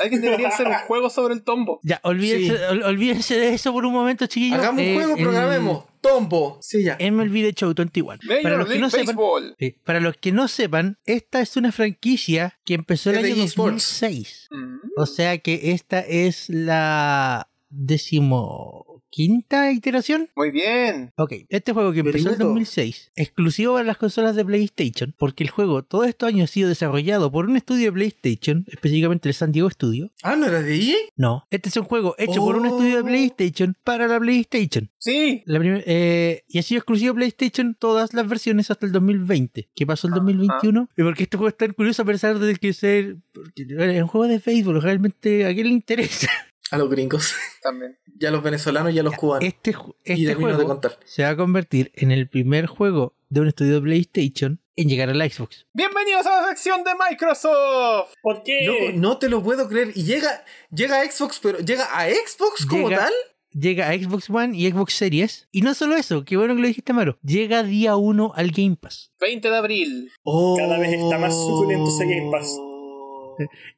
D: Alguien debería hacer un juego sobre el tombo.
C: Ya, olvídense,
B: Sí.
C: ol- olvídense de eso por un momento, chiquillos.
B: Hagamos un
C: Eh,
B: juego,
C: el-
B: programemos. Tombo. Sí, ya.
C: MLB The Show 21.
D: Major
C: Para los que
D: League
C: no sepan,
D: Baseball.
C: Sí, Para los que no sepan, esta es una franquicia que empezó el
B: Es de
C: año
B: eSports.
C: 2006.
D: Mm.
C: O sea que esta es la decimoquinta iteración.
D: Muy bien.
C: Ok, este juego que empezó en
B: Veribundo.
C: 2006, exclusivo para las consolas de PlayStation, porque el juego todos estos años ha sido desarrollado por un estudio de PlayStation, específicamente el San Diego Studio.
B: Ah, ¿no era de EA?
C: No, este es un juego hecho por un
B: Oh.
C: estudio de PlayStation para la PlayStation.
D: Sí.
C: La prim- eh, y ha sido exclusivo de PlayStation todas las versiones hasta el 2020. ¿Qué pasó el 2021? Y porque este juego es tan curioso a pesar de que ser... Porque es un juego de Facebook, realmente a quién le interesa.
B: A los gringos.
D: También.
B: ya los venezolanos y a los cubanos.
C: Este, ju-
B: y
C: este
B: termino de
C: juego
B: contar.
C: se va a convertir en el primer juego de un estudio de PlayStation en llegar a la Xbox.
D: Bienvenidos a la sección de Microsoft.
A: ¿Por qué?
C: Eh.
B: Loco, no te lo puedo creer. Y llega, llega a Xbox, pero llega a Xbox como
C: Llega-
B: tal.
C: Llega a Xbox One y Xbox Series. Y no solo eso, qué bueno que lo dijiste, Maro. Llega día 1 al Game Pass.
D: 20 de abril.
A: Cada vez está más
B: Oh.
A: suculento ese Game Pass.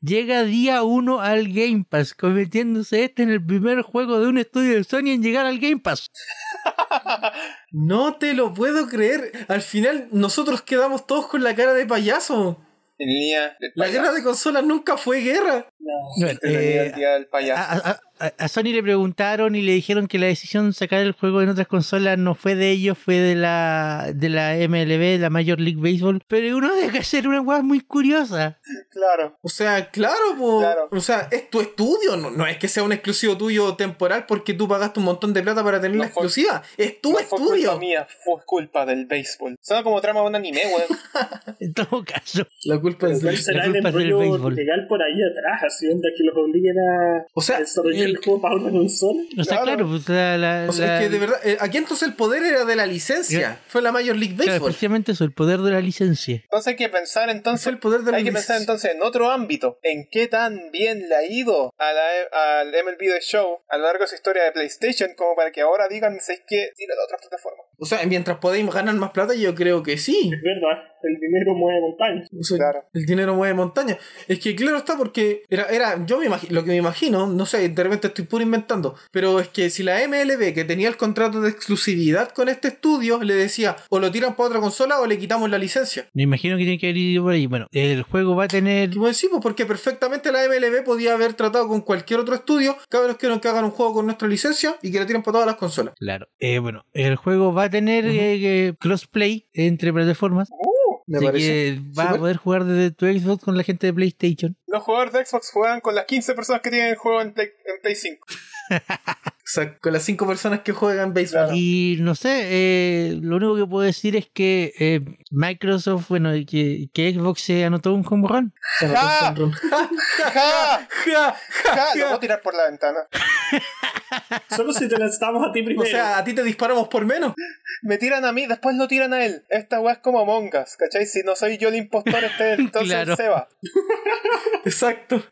C: Llega día 1 al Game Pass, convirtiéndose este en el primer juego de un estudio de Sony en llegar al Game Pass.
B: No te lo puedo creer. Al final nosotros quedamos todos con la cara de payaso.
D: En línea del
B: La guerra
D: payaso.
B: de consolas nunca fue guerra.
C: Bueno,
D: En línea
C: eh,
D: del día del payaso.
C: a, a- a- a Sony le preguntaron y le dijeron que la decisión de sacar el juego en otras consolas no fue de ellos, fue de la de la MLB, la Major League Baseball. Pero uno deja de ser una weá muy curiosa.
B: ah,
D: Claro.
B: O sea, claro, po.
D: Claro.
B: o sea, es tu estudio, no, no es que sea un exclusivo tuyo temporal porque tú pagaste un montón de plata para tener
D: No
B: la
D: fue-
B: exclusiva, es tu
D: No fue culpa
B: estudio.
D: mía, fue culpa del béisbol. Suena como trama de un anime, weón.
C: En todo caso,
B: La culpa
A: ¿Cuál
B: es
A: será
C: la culpa
A: el
C: es del
A: rollo
C: béisbol.
A: legal por ahí atrás, así onda que los obliguen a,
B: O sea,
A: a desarrollar el
B: el-
A: juego para una consola?
C: o sea,
D: Claro.
C: claro, pues la, la-
B: o sea, es
C: la-
B: que de verdad, eh, aquí entonces el poder era de la licencia, fue la Major League
C: claro,
B: Baseball,
C: precisamente eso, el poder de la licencia.
D: Entonces hay que pensar
B: fue
D: entonces
B: el poder de la
D: Hay que
B: licencia.
D: pensar entonces en otro ámbito, en qué tan bien le ha ido a la- E, al MLB The Show a lo largo de su historia de PlayStation, como para que ahora digan, si es que tiran a otra plataforma.
B: O sea, mientras podéis ganar más plata, yo creo que sí.
A: Es verdad, el dinero mueve montañas.
B: O sea,
D: Claro.
B: El dinero mueve montaña. Es que claro está porque era, era yo me imagino, lo que me imagino, no sé, de repente estoy puro inventando, pero es que si la MLB que tenía el contrato de exclusividad con este estudio le decía o lo tiran para otra consola o le quitamos la licencia.
C: Me imagino que tiene que haber ido por ahí. Bueno, el juego va a tener
B: Y bueno, sí, pues porque perfectamente la MLB podía haber tratado con cualquier otro estudio, cabros quieren que hagan un juego con nuestra licencia y que la tiren para todas las consolas.
C: Claro. Eh, bueno, el juego va a tener
B: Ujú.
C: eh, eh, crossplay entre plataformas.
B: Oh, Me
C: así
B: parece.
C: que vas a
B: Súper.
C: poder jugar desde tu Xbox con la gente de PlayStation.
D: Los jugadores de Xbox juegan con las 15 personas que tienen el juego en Play, en Play 5.
B: O sea, con las cinco personas que juegan béisbol.
D: Claro.
C: Y no sé, eh, lo único que puedo decir es que eh, Microsoft, bueno, que, que Xbox se anotó un home run.
E: Se anotó
D: ¡Ja!
E: un home run.
D: ¡Ja!
B: Ah, Ja, ja,
D: ¡Ja! Lo
B: ja.
D: voy a tirar por la ventana.
A: Solo si te lanzamos a ti
B: O
A: primero.
B: sea, a ti te disparamos por menos.
D: Me tiran a mí, después lo tiran a él. Esta weá es como Among Us, ¿cachai? Si no soy yo el impostor, este entonces
C: Claro.
D: se va.
B: Exacto.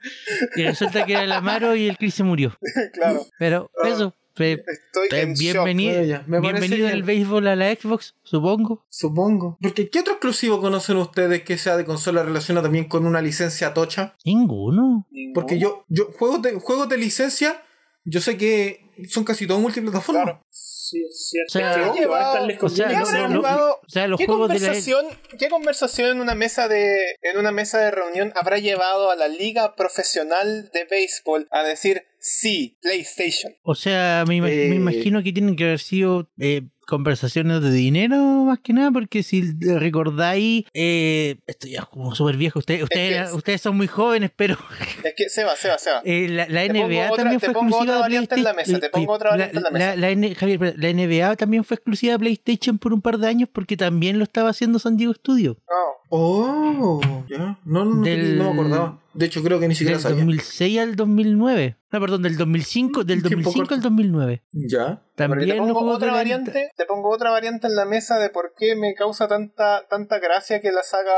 C: Y resulta que era el Amaro y el Chris se murió.
D: Claro.
C: Pero eso, fe-
D: Estoy en shock.
C: bienvenido,
B: Bueno, ya, me parece
C: bienvenido
B: bien.
C: el béisbol a la Xbox, supongo.
B: Supongo. Porque ¿qué otro exclusivo conocen ustedes que sea de consola relacionado también con una licencia tocha?
C: Ninguno.
B: Porque yo, yo juegos de, juegos de licencia, yo sé que son casi todos multiplataformas.
D: Claro.
A: Sí, es cierto.
C: O sea,
A: Pero obvio, a estas les
C: O sea,
A: conviene que
D: ¿Qué
C: no,
D: habrá
A: sean-
C: no,
D: llevado-
C: O sea, los
D: ¿Qué
C: juegos de la
D: conversación, ¿Qué conversación en una mesa de en una mesa de reunión habrá llevado a la liga profesional de béisbol a decir sí, PlayStation?
C: O sea, me, ima-
B: Eh,
C: me imagino que tienen que haber sido eh, conversaciones de dinero más que nada, porque si recordáis, eh, esto ya es como súper viejo. Ustedes, ustedes,
D: que
C: eran-
D: es-
C: ustedes son muy jóvenes, pero
D: Es que se va, se va, se va.
C: eh, la, la
D: Te pongo
C: NBA
D: otra-
C: también
D: te
C: fue
D: pongo
C: exclusiva
D: otra
C: de
D: variante en la
C: PlayStation.
D: mesa, te pongo otra variante en la mesa.
C: la N- Javier, espera, la NBA también fue exclusiva de PlayStation por un par de años, porque también lo estaba haciendo San Diego Studio.
D: No.
B: Oh, ya. No, no, no,
C: Del-
B: no me acordaba. De hecho, creo que ni siquiera
C: Del
B: sabía.
C: 2006 al 2009. No, perdón, del 2005, del
B: Tiempo
C: 2005
B: corto.
C: al 2009.
B: Ya.
D: Porque
C: También
D: te
C: los
D: pongo
C: juegos
D: otra
C: de la-
D: variante, te pongo otra variante en la mesa de por qué me causa tanta tanta gracia que la saga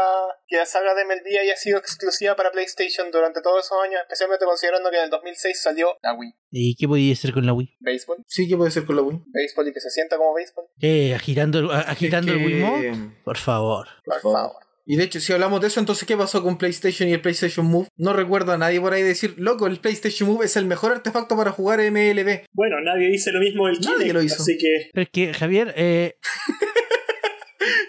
D: que la saga de MLB haya sido exclusiva para PlayStation durante todos esos años, especialmente considerando que en el 2006 salió la Wii,
C: ¿Y qué podía hacer con la Wii?
D: béisbol,
B: Sí que puede ser con la Wii.
D: béisbol y que se sienta como béisbol.
C: Eh, agitando, a- agitando
B: Es
C: el
B: que-
C: Wiimote. Por favor.
B: Por favor. Y de hecho, si hablamos de eso, entonces, ¿qué pasó con PlayStation y el PlayStation Move? No recuerdo a nadie por ahí decir, loco, el PlayStation Move es el mejor artefacto para jugar MLB.
A: Bueno, nadie dice lo mismo del
B: Nadie
A: Kinect,
B: lo hizo.
A: así que
C: Pero es que, Javier, eh,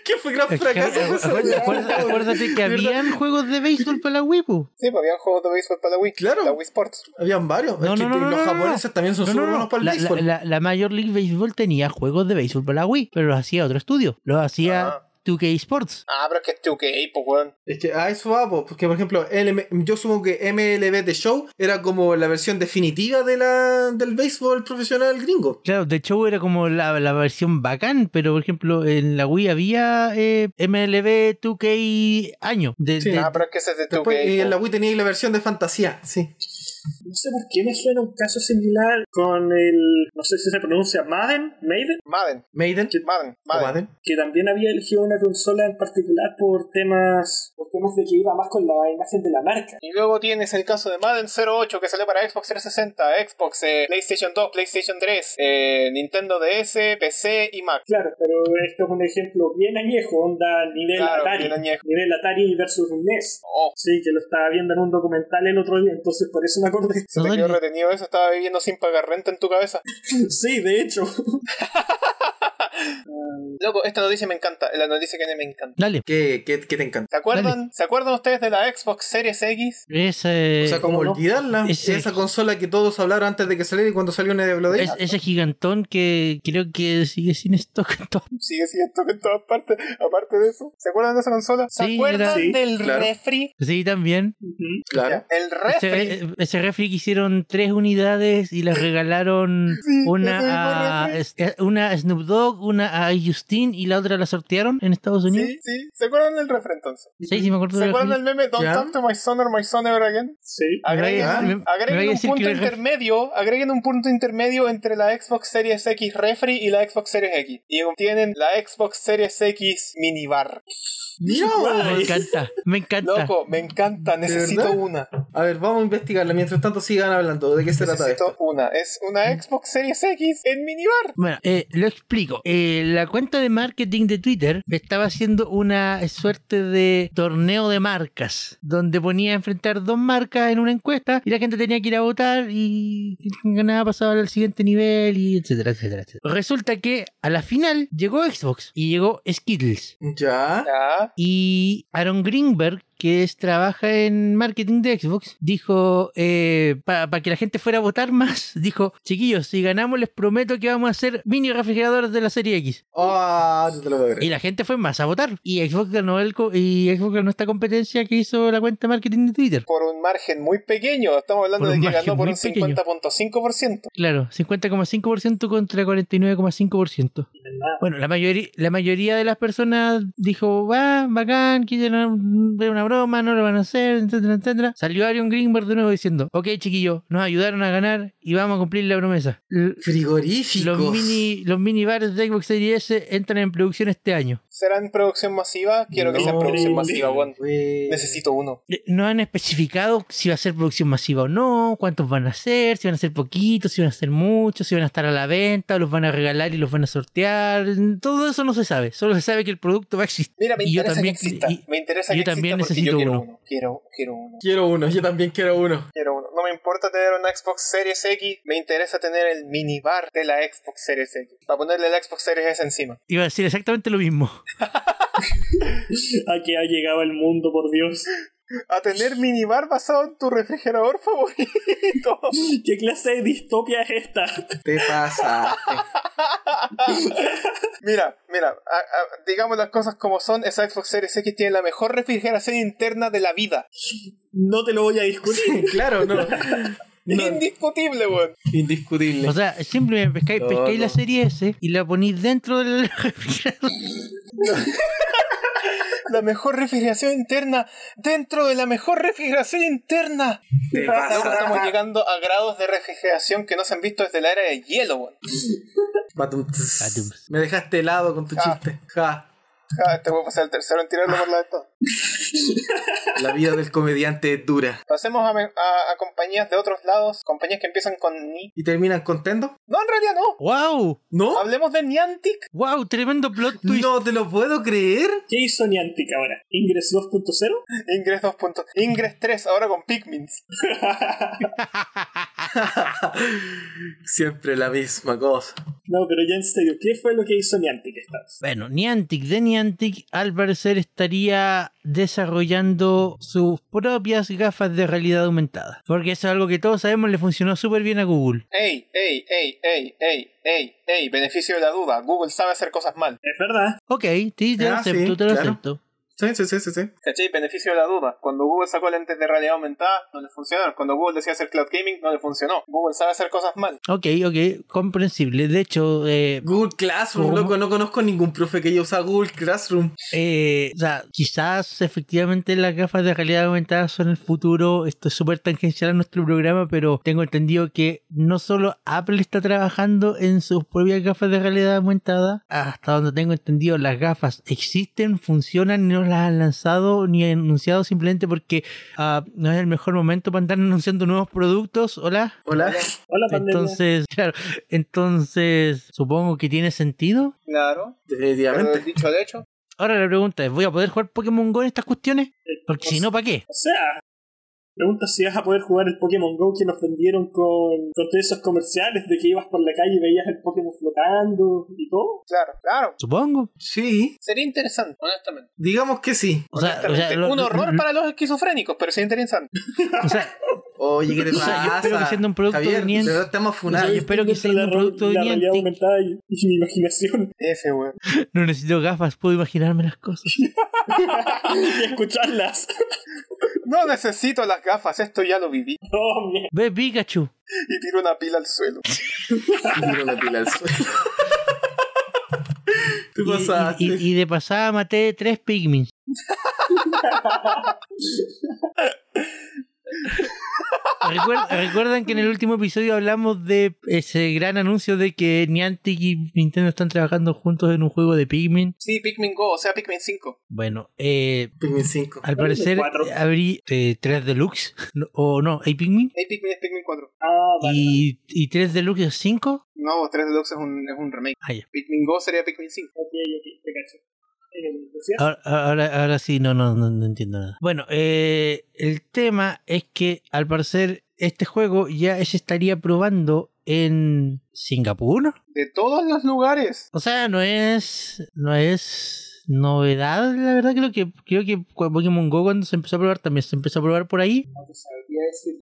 B: ¿Qué fue gran
C: es que- eh,
B: fracaso?
C: acu-
B: esa
C: acu-
B: weá,
C: acuérdate,
B: weón?
C: acuérdate que
B: De verdad,
C: habían juegos de béisbol para la Wii, po.
D: Sí, porque había un juego de béisbol para la Wii,
B: Claro.
D: la Wii Sports.
B: Habían varios.
C: No,
B: es que
C: no, no, no,
B: los
C: no, no.
B: japoneses también son
C: No,
B: súper
C: no, no.
B: buenos para el
C: La, la,
B: béisbol.
C: la- la Major League Baseball tenía juegos de béisbol para la Wii, pero los hacía otro estudio. Los hacía
D: Ah.
C: 2K Sports.
D: Ah, pero es que es 2K, pues weón.
B: Es que a eso va, po, porque por ejemplo, LM yo supongo que MLB The Show era como la versión definitiva de la del béisbol profesional gringo.
C: Claro, The Show era como la, la versión bacán, pero por ejemplo, en la Wii había eh, MLB 2K año. De,
B: Sí.
C: de-
D: Ah, pero es que ese es de pues. 2K.
B: Después eh, en la
D: po.
B: Wii tenía la versión de fantasía, sí.
A: no sé por qué me suena un caso similar con el, no sé si se pronuncia Madden, Maiden,
D: Madden,
B: Maiden. o
D: Madden, Madden.
B: Madden.
A: que también había elegido una consola en particular por temas, por temas de que iba más con la imagen de la marca.
D: Y luego tienes el caso de Madden 08 que salió para Xbox 360, Xbox, eh, PlayStation 2, PlayStation 3, eh, Nintendo DS, PC y Mac.
A: Claro, pero esto es un ejemplo bien añejo, onda nivel
D: Claro,
A: Atari,
D: bien añejo.
A: nivel Atari versus NES.
D: Oh,
A: Sí, que lo estaba viendo en un documental el otro día, entonces por eso me acordé.
D: se te
C: No,
D: quedó
C: no.
D: retenido eso, estaba viviendo sin pagar renta en tu cabeza.
A: Sí, de hecho.
D: Loco, esta noticia me encanta, la noticia que a mí me encanta.
C: Dale.
B: Que, que, que te encanta.
D: ¿Se acuerdan, ¿Se acuerdan ustedes de la Xbox Series X?
C: Ese,
B: o sea, como
A: ¿cómo no?
B: olvidarla,
C: Ese-
B: esa consola que todos hablaron antes de que saliera y cuando salió nadie habló de
C: es-
B: ella.
C: ese gigantón que creo que sigue sin stock en todo
D: Sigue siendo en todas partes, aparte de eso. ¿Se acuerdan de esa consola? ¿Se
C: Sí,
D: acuerdan
C: era- Este,
A: Sí,
D: del
B: claro.
D: refri?
C: Sí, también.
A: Ujú.
B: Claro.
D: El refri.
C: Ese, ese refri que hicieron tres unidades y les regalaron
D: ese mismo
C: una a,
D: refri.
C: es- eh, una a Snoop Dogg, una a Justin y la otra la sortearon en Estados Unidos.
D: Sí, sí. ¿Se acuerdan del refri entonces?
C: Sí, sí, me acuerdo
D: ¿Se
C: del
D: acuerdan
C: refri.
D: del meme Don't
B: Ya.
D: talk to my son or my son ever again?
A: Sí.
C: Me
D: Agreguen,
C: vaya-
B: Ah,
C: me- me
D: agreguen
C: vaya a
D: un
C: decir que
D: punto
C: el refri-
D: intermedio, agreguen un punto intermedio entre la Xbox Series X Refri y la Xbox Series X. Y obtienen la Xbox Series X Minibar.
B: ¡No!
C: Me encanta, me encanta.
D: Loco, me encanta, necesito
B: verdad?
D: una.
B: A ver, vamos a investigarla. Mientras tanto sigan hablando. ¿De qué se trata
D: Necesito
B: esto? Mm.
D: una. Es una Xbox Series X en minibar.
C: Bueno, eh, lo explico. Eh, la cuenta de marketing de Twitter estaba haciendo una suerte de torneo de marcas, donde ponía a enfrentar dos marcas en una encuesta y la gente tenía que ir a votar y quien ganaba pasaba al siguiente nivel y etcétera, etcétera, etcétera. Resulta que a la final llegó Xbox y llegó Skittles.
B: Ya.
D: Ya.
C: Y Aaron Greenberg, que es, trabaja en marketing de Xbox, dijo, para que la gente fuera a votar más, dijo, chiquillos, si ganamos les prometo que vamos a hacer mini refrigeradores de la serie X.
B: Ah, no te lo puedo
C: Y
B: creer.
C: la gente fue más a votar. Y Xbox ganó, el co- y Xbox ganó esta competencia que hizo la cuenta de marketing de Twitter.
D: Por un margen muy pequeño. Estamos hablando
C: Por
D: de
C: un
D: que
C: margen
D: ganó por
C: muy
D: un
C: pequeño.
D: 50.5%.
C: Claro, 50,5% contra 49,5%. Bueno, la mayoría, la mayoría de las personas dijo, va, bacán, que era una, era una broma, no lo van a hacer, etcétera, etcétera. Salió Arion Greenberg de nuevo diciendo, ok, chiquillos, nos ayudaron a ganar y vamos a cumplir la promesa. L-
B: Frigoríficos.
C: los mini, los mini bares de Xbox Series S entran en producción este año.
D: ¿Serán producción masiva? Quiero que
B: No,
D: sea producción
A: horrible.
D: masiva, weón.
B: Wey.
D: Necesito uno.
C: Eh, No han especificado si va a ser producción masiva o no, cuántos van a ser, si van a ser poquitos, si van a ser muchos, si van a estar a la venta, o los van a regalar y los van a sortear. Todo eso no se sabe. Solo se sabe que el producto va a existir.
D: Mira, me
C: Y yo
D: interesa
C: también-
D: que exista.
C: y-
D: me interesa
C: yo
D: que
C: también
D: exista porque
C: necesito
D: yo quiero
C: uno.
D: Quiero, quiero uno.
B: Quiero uno, yo también quiero uno.
D: Quiero uno. No me importa tener una Xbox Series X, me interesa tener el minibar de la Xbox Series X. Para ponerle la Xbox Series S encima.
C: Iba a decir exactamente lo mismo.
D: Ah.
A: ¿A qué ha llegado el mundo, por Dios?
D: A tener minibar basado en tu refrigerador favorito.
A: ¿Qué clase de distopia es esta?
B: Te pasa.
D: mira, mira, a- a- digamos las cosas como son, esa Xbox Series X tiene la mejor refrigeración interna de la vida.
A: No te lo voy a discutir.
B: claro, no.
D: Es
B: No,
D: Indiscutible, weón.
B: Indiscutible.
C: O sea, simplemente pescáis,
B: No,
C: pescáis la
B: no.
C: serie S y la ponéis dentro del refrigerador.
D: La mejor refrigeración interna dentro de la mejor refrigeración interna.
B: te
D: Loco, estamos
B: pasa.
D: llegando a grados de refrigeración que no se han visto desde la era de hielo, weón.
B: Batum, tss.
C: Batum.
B: Me dejaste helado con tu
D: Ah.
B: chiste. Ja.
D: Ah, te voy a pasar el tercero en tirarlo por la de todo.
B: La vida del comediante es dura.
D: Pasemos a, me- a- a compañías de otros lados, compañías que empiezan con ni.
B: ¿Y terminan contento?
D: No, en realidad no.
C: ¡Wow!
B: ¿No?
D: Hablemos de Niantic.
C: ¡Wow! Tremendo plot twist.
B: No te lo puedo creer.
A: ¿Qué hizo Niantic ahora? ¿Ingress 2.0?
D: Ingress 2. punto- Ingress 3, ahora con Pikmin.
B: Siempre la misma cosa.
A: No, pero ya en serio, ¿qué fue lo que hizo Niantic esta vez?
C: Bueno, Niantic de Niantic al parecer estaría desarrollando sus propias gafas de realidad aumentada. Porque eso es algo que todos sabemos le funcionó súper bien a Google.
D: Ey, ey, ey, ey, ey, ey, ey. Beneficio de la duda. Google sabe hacer cosas mal.
A: Es verdad.
C: Ok, sí, te lo
B: Ah, sí,
C: acepto, te lo
B: claro.
C: acepto.
B: Sí, sí, sí, sí. sí.
D: ¿Cachai? Beneficio de la duda. Cuando Google sacó lentes de realidad aumentada, no le funcionaron. Cuando Google decía hacer cloud gaming, no le funcionó. Google sabe hacer cosas mal.
C: Ok, ok, comprensible. De hecho, eh,
B: Google Classroom,
C: ¿Cómo?
B: loco. No conozco ningún profe que haya usado Google Classroom.
C: Eh, o sea, quizás efectivamente las gafas de realidad aumentada son el futuro. Esto es súper tangencial a nuestro programa, pero tengo entendido que no solo Apple está trabajando en sus propias gafas de realidad aumentada. Hasta donde tengo entendido, las gafas existen, funcionan, no las han lanzado ni anunciado simplemente porque ah, no es el mejor momento para andar anunciando nuevos productos. Hola.
B: Hola.
A: Hola, pandemia.
C: Entonces, claro, entonces supongo que tiene sentido.
D: Claro. Pero
B: Definitivamente.
D: dicho de hecho,
C: Ahora la pregunta es, ¿voy a poder jugar Pokémon Go en estas cuestiones? Porque si no, ¿para qué?
A: O sea, pregunta si vas a poder jugar el Pokémon Go que nos vendieron con, con todos esos comerciales de que ibas por la calle y veías el Pokémon flotando y todo.
D: claro, claro.
C: Supongo.
B: Sí.
D: Sería interesante, honestamente.
B: Digamos que sí.
C: O sea, o sea,
D: Honestamente.
C: lo-
D: Un
C: lo-
D: horror
C: lo-
D: para los esquizofrénicos, pero sería interesante.
C: o sea,
B: Oye, ¿qué te
C: O sea,
B: pasa?
C: yo espero que siendo un producto
B: Javier,
C: de Niantic-
B: de verdad te vamos a funar.
C: Ah, yo espero que sea
A: la,
C: un producto de
A: la realidad
C: Niantic.
A: aumentada y, y mi imaginación
D: Ese, weón.
C: no necesito gafas, puedo imaginarme las cosas.
A: y escucharlas.
D: No necesito las gafas, esto ya lo viví.
A: Oh, mierda.
C: Ve Pikachu.
D: Y tiro una pila al suelo.
B: Tiro la pila al suelo. Tú
C: Y,
B: pasaste.
C: y- y- y de pasada maté tres Pikmin. Recuer- Recuerdan que en el último episodio hablamos de ese gran anuncio de que Niantic y Nintendo están trabajando juntos en un juego de Pikmin.
D: Sí, Pikmin Go, o sea, Pikmin 5.
C: Bueno, eh,
B: Pikmin 5.
C: al parecer
A: cuatro.
C: eh, abrí eh, tres deluxe. No- o no, hay Pikmin.
D: Hey, Pikmin es Pikmin 4.
A: Ah, vale.
C: Y, y 3 Deluxe es 5.
D: No, 3 Deluxe es un, es un remake.
C: Ah, ya.
D: Pikmin Go sería Pikmin 5.
A: Ok, ok, te cacho. Eh, ¿decías?
C: Ahora, ahora, ahora sí, no, no, no, no entiendo nada. Bueno, eh, el tema es que al parecer este juego ya se estaría probando en Singapur.
D: De todos los lugares.
C: O sea, no es. No es novedad, la verdad. Creo que, creo que cu- Pokémon Go cuando se empezó a probar también se empezó a probar por ahí.
A: No te sabría decir.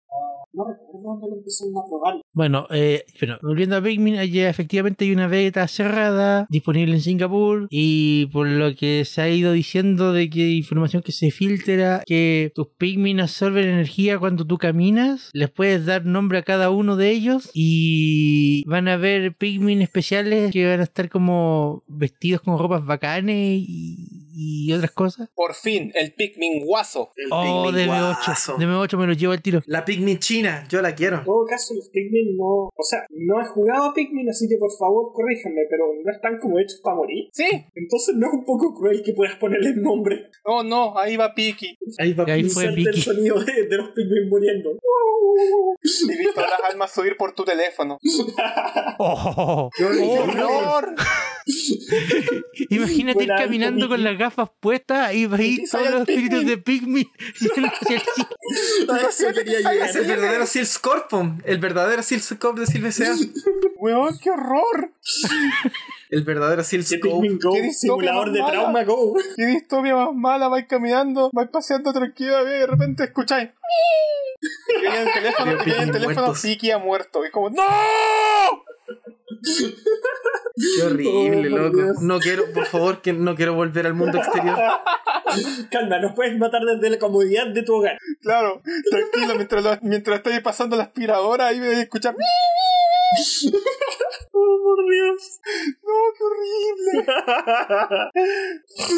A: No, no recuerdo dónde lo empezaron a probar.
C: Bueno, eh, pero volviendo a Pikmin, hay- efectivamente hay una beta cerrada disponible en Singapur y por lo que se ha ido diciendo de que información que se filtra, que tus Pikmin absorben energía cuando tú caminas, les puedes dar nombre a cada uno de ellos y van a haber Pikmin especiales que van a estar como vestidos con ropas bacanes y, y otras cosas.
D: Por fin, el Pikmin guaso.
B: El
C: Oh,
B: Pikmin
C: de
B: guaso.
C: M8, de M8 me lo llevo al tiro.
B: La Pikmin china, yo la quiero.
A: En todo caso, los Pikmin no. O sea, no he jugado a Pikmin, así que por favor corríjanme, pero no están como hechos para morir.
D: Sí,
A: Entonces no es un poco cruel que puedas ponerle el nombre.
D: no, no, ahí va Piki.
B: Ahí va.
C: Y ahí fue
A: Inserte el
C: Vicky.
A: sonido de, de los Pikmin muriendo.
D: He visto las almas subir por tu teléfono.
C: Oh.
B: Yo- yo-
D: ¡Horror!
C: Imagínate ir
A: Buena,
C: caminando
A: Vicky.
C: con las gafas puestas y veis
D: Y sale
C: todos
D: el
C: los espíritus de Pikmin.
B: a eso quería
D: Ay,
B: llegar. Es el
D: sí,
B: verdadero Seal Scorpion. El verdadero Seal Scope de Silvesea.
D: ¡Weón, qué horror!
B: El verdadero Seal
A: Que
B: Scope.
A: Pikmin Go,
D: ¿Qué distopia
A: simulador
D: más
A: de
D: mala?
A: trauma Go.
D: ¡Qué historia más mala! Vais caminando, vais paseando tranquila y de repente escucháis. Y viene el teléfono,
B: Veo
D: y viene el
B: Pikmin
D: teléfono,
B: muertos.
D: Piki ha muerto. Y como, ¡No!
B: Qué horrible,
A: Oh, por
B: loco.
A: Dios.
B: No quiero, por favor, que no quiero volver al mundo exterior.
A: Calma, nos puedes matar desde la comodidad de tu hogar.
D: Claro, tranquilo, mientras, lo- mientras estáis pasando la aspiradora, ahí me vais a escuchar. "Mi".
A: Oh, por Dios.
D: ¡No, qué horrible!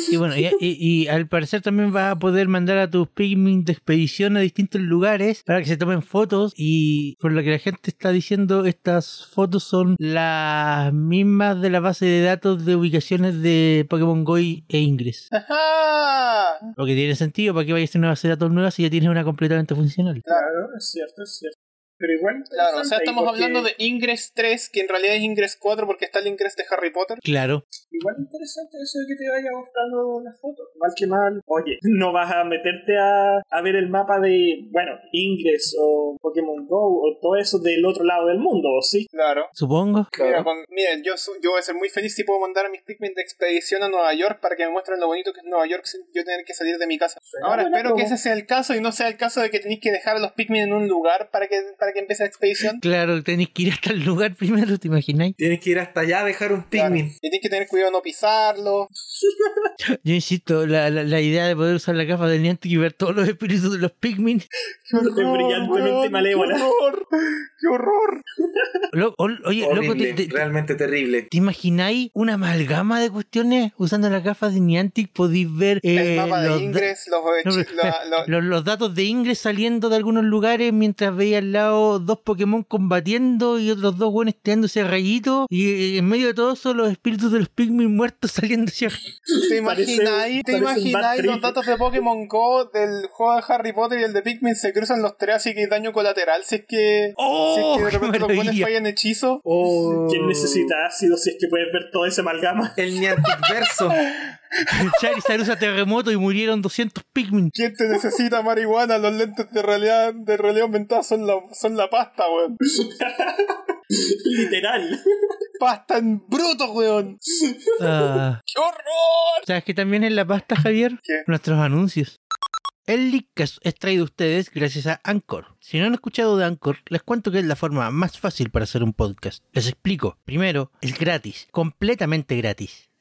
C: Y bueno, y, y- y al parecer también vas a poder mandar a tus Pikmin de expedición a distintos lugares para que se tomen fotos. Y por lo que la gente está diciendo, estas fotos son las mismas de la base de datos de ubicaciones de Pokémon Go y- e Ingress.
D: ¡Ajá!
C: Lo que tiene sentido, ¿para qué vayas a hacer una base de datos nueva si ya tienes una completamente funcional?
A: Claro, es cierto, es cierto. Pero igual.
D: Claro, o sea,
A: interesante,
D: estamos
A: porque
D: hablando de Ingress 3, que en realidad es Ingress 4 porque está el Ingress de Harry Potter.
C: Claro.
A: Igual interesante eso de que te vaya mostrando las fotos. Mal que mal. Oye, no vas a meterte a, a ver el mapa de, bueno, Ingress o Pokémon Go o todo eso del otro lado del mundo, ¿o sí?
D: Claro.
C: Supongo.
D: Mira, con- miren, yo, su- yo voy a ser muy feliz si puedo mandar a mis Pikmin de expedición a Nueva York para que me muestren lo bonito que es Nueva York sin yo tener que salir de mi casa. Ahora
A: buena
D: espero que
A: promo.
D: ese sea el caso y no sea el caso de que tenéis que dejar a los Pikmin en un lugar para que, para que empiece la expedición.
C: Claro, tenéis que ir hasta el lugar primero, ¿te imagináis?
B: Tienes que ir hasta allá a dejar un Pikmin.
D: Y tienes que tener cuidado de no pisarlo.
C: Yo insisto, la, la, la idea de poder usar la gafa de Niantic y ver todos los espíritus de los Pikmin.
D: ¡Qué horror,
A: brillantemente
D: weón!
A: malévola.
D: ¡Qué horror! ¡Qué horror!
C: Lo- ol- oye, loco,
B: Horrible,
C: ¿te, te, te-
B: realmente terrible.
C: te imagináis una amalgama de cuestiones? Usando las gafas de Niantic podéis ver eh,
D: el mapa de
C: los, da-
D: Ingress, los...
C: no,
D: los-
C: pero, espera, los- los datos de Ingress saliendo de algunos lugares mientras veía al lado dos Pokémon combatiendo y otros dos buenos tirándose rayitos. Y eh, en medio de todo eso, los espíritus de los Pikmin muertos saliendo hacia
D: ¿Te
A: Parece-
D: imagináis, te
A: parece un bad
D: imagináis los
A: trip.
D: datos de Pokémon Go del juego de Harry Potter y el de Pikmin se cruzan los tres así que hay daño colateral si es que, si
C: ¡Oh!
D: es que de
C: ¡Qué
D: repente los buenos
C: maravilla!
D: fallan hechizo?
B: Oh.
A: ¿Quién necesita ácido si es que puedes ver toda esa amalgama?
B: El Niantic Verso.
C: Charizard usa terremoto y murieron 200 Pikmin.
D: ¿Quién te necesita marihuana? Los lentes de realidad, de realidad aumentada son la, son la pasta, weón.
A: Literal.
D: Pasta en bruto, weón.
C: Ah.
D: ¡Qué horror!
C: ¿Sabes que también en la pasta, Javier?
D: ¿Qué?
C: Nuestros anuncios. El Leadcast es traído a ustedes gracias a Anchor. Si no han escuchado de Anchor, les cuento que es la forma más fácil para hacer un podcast. Les explico. Primero, es gratis, completamente gratis.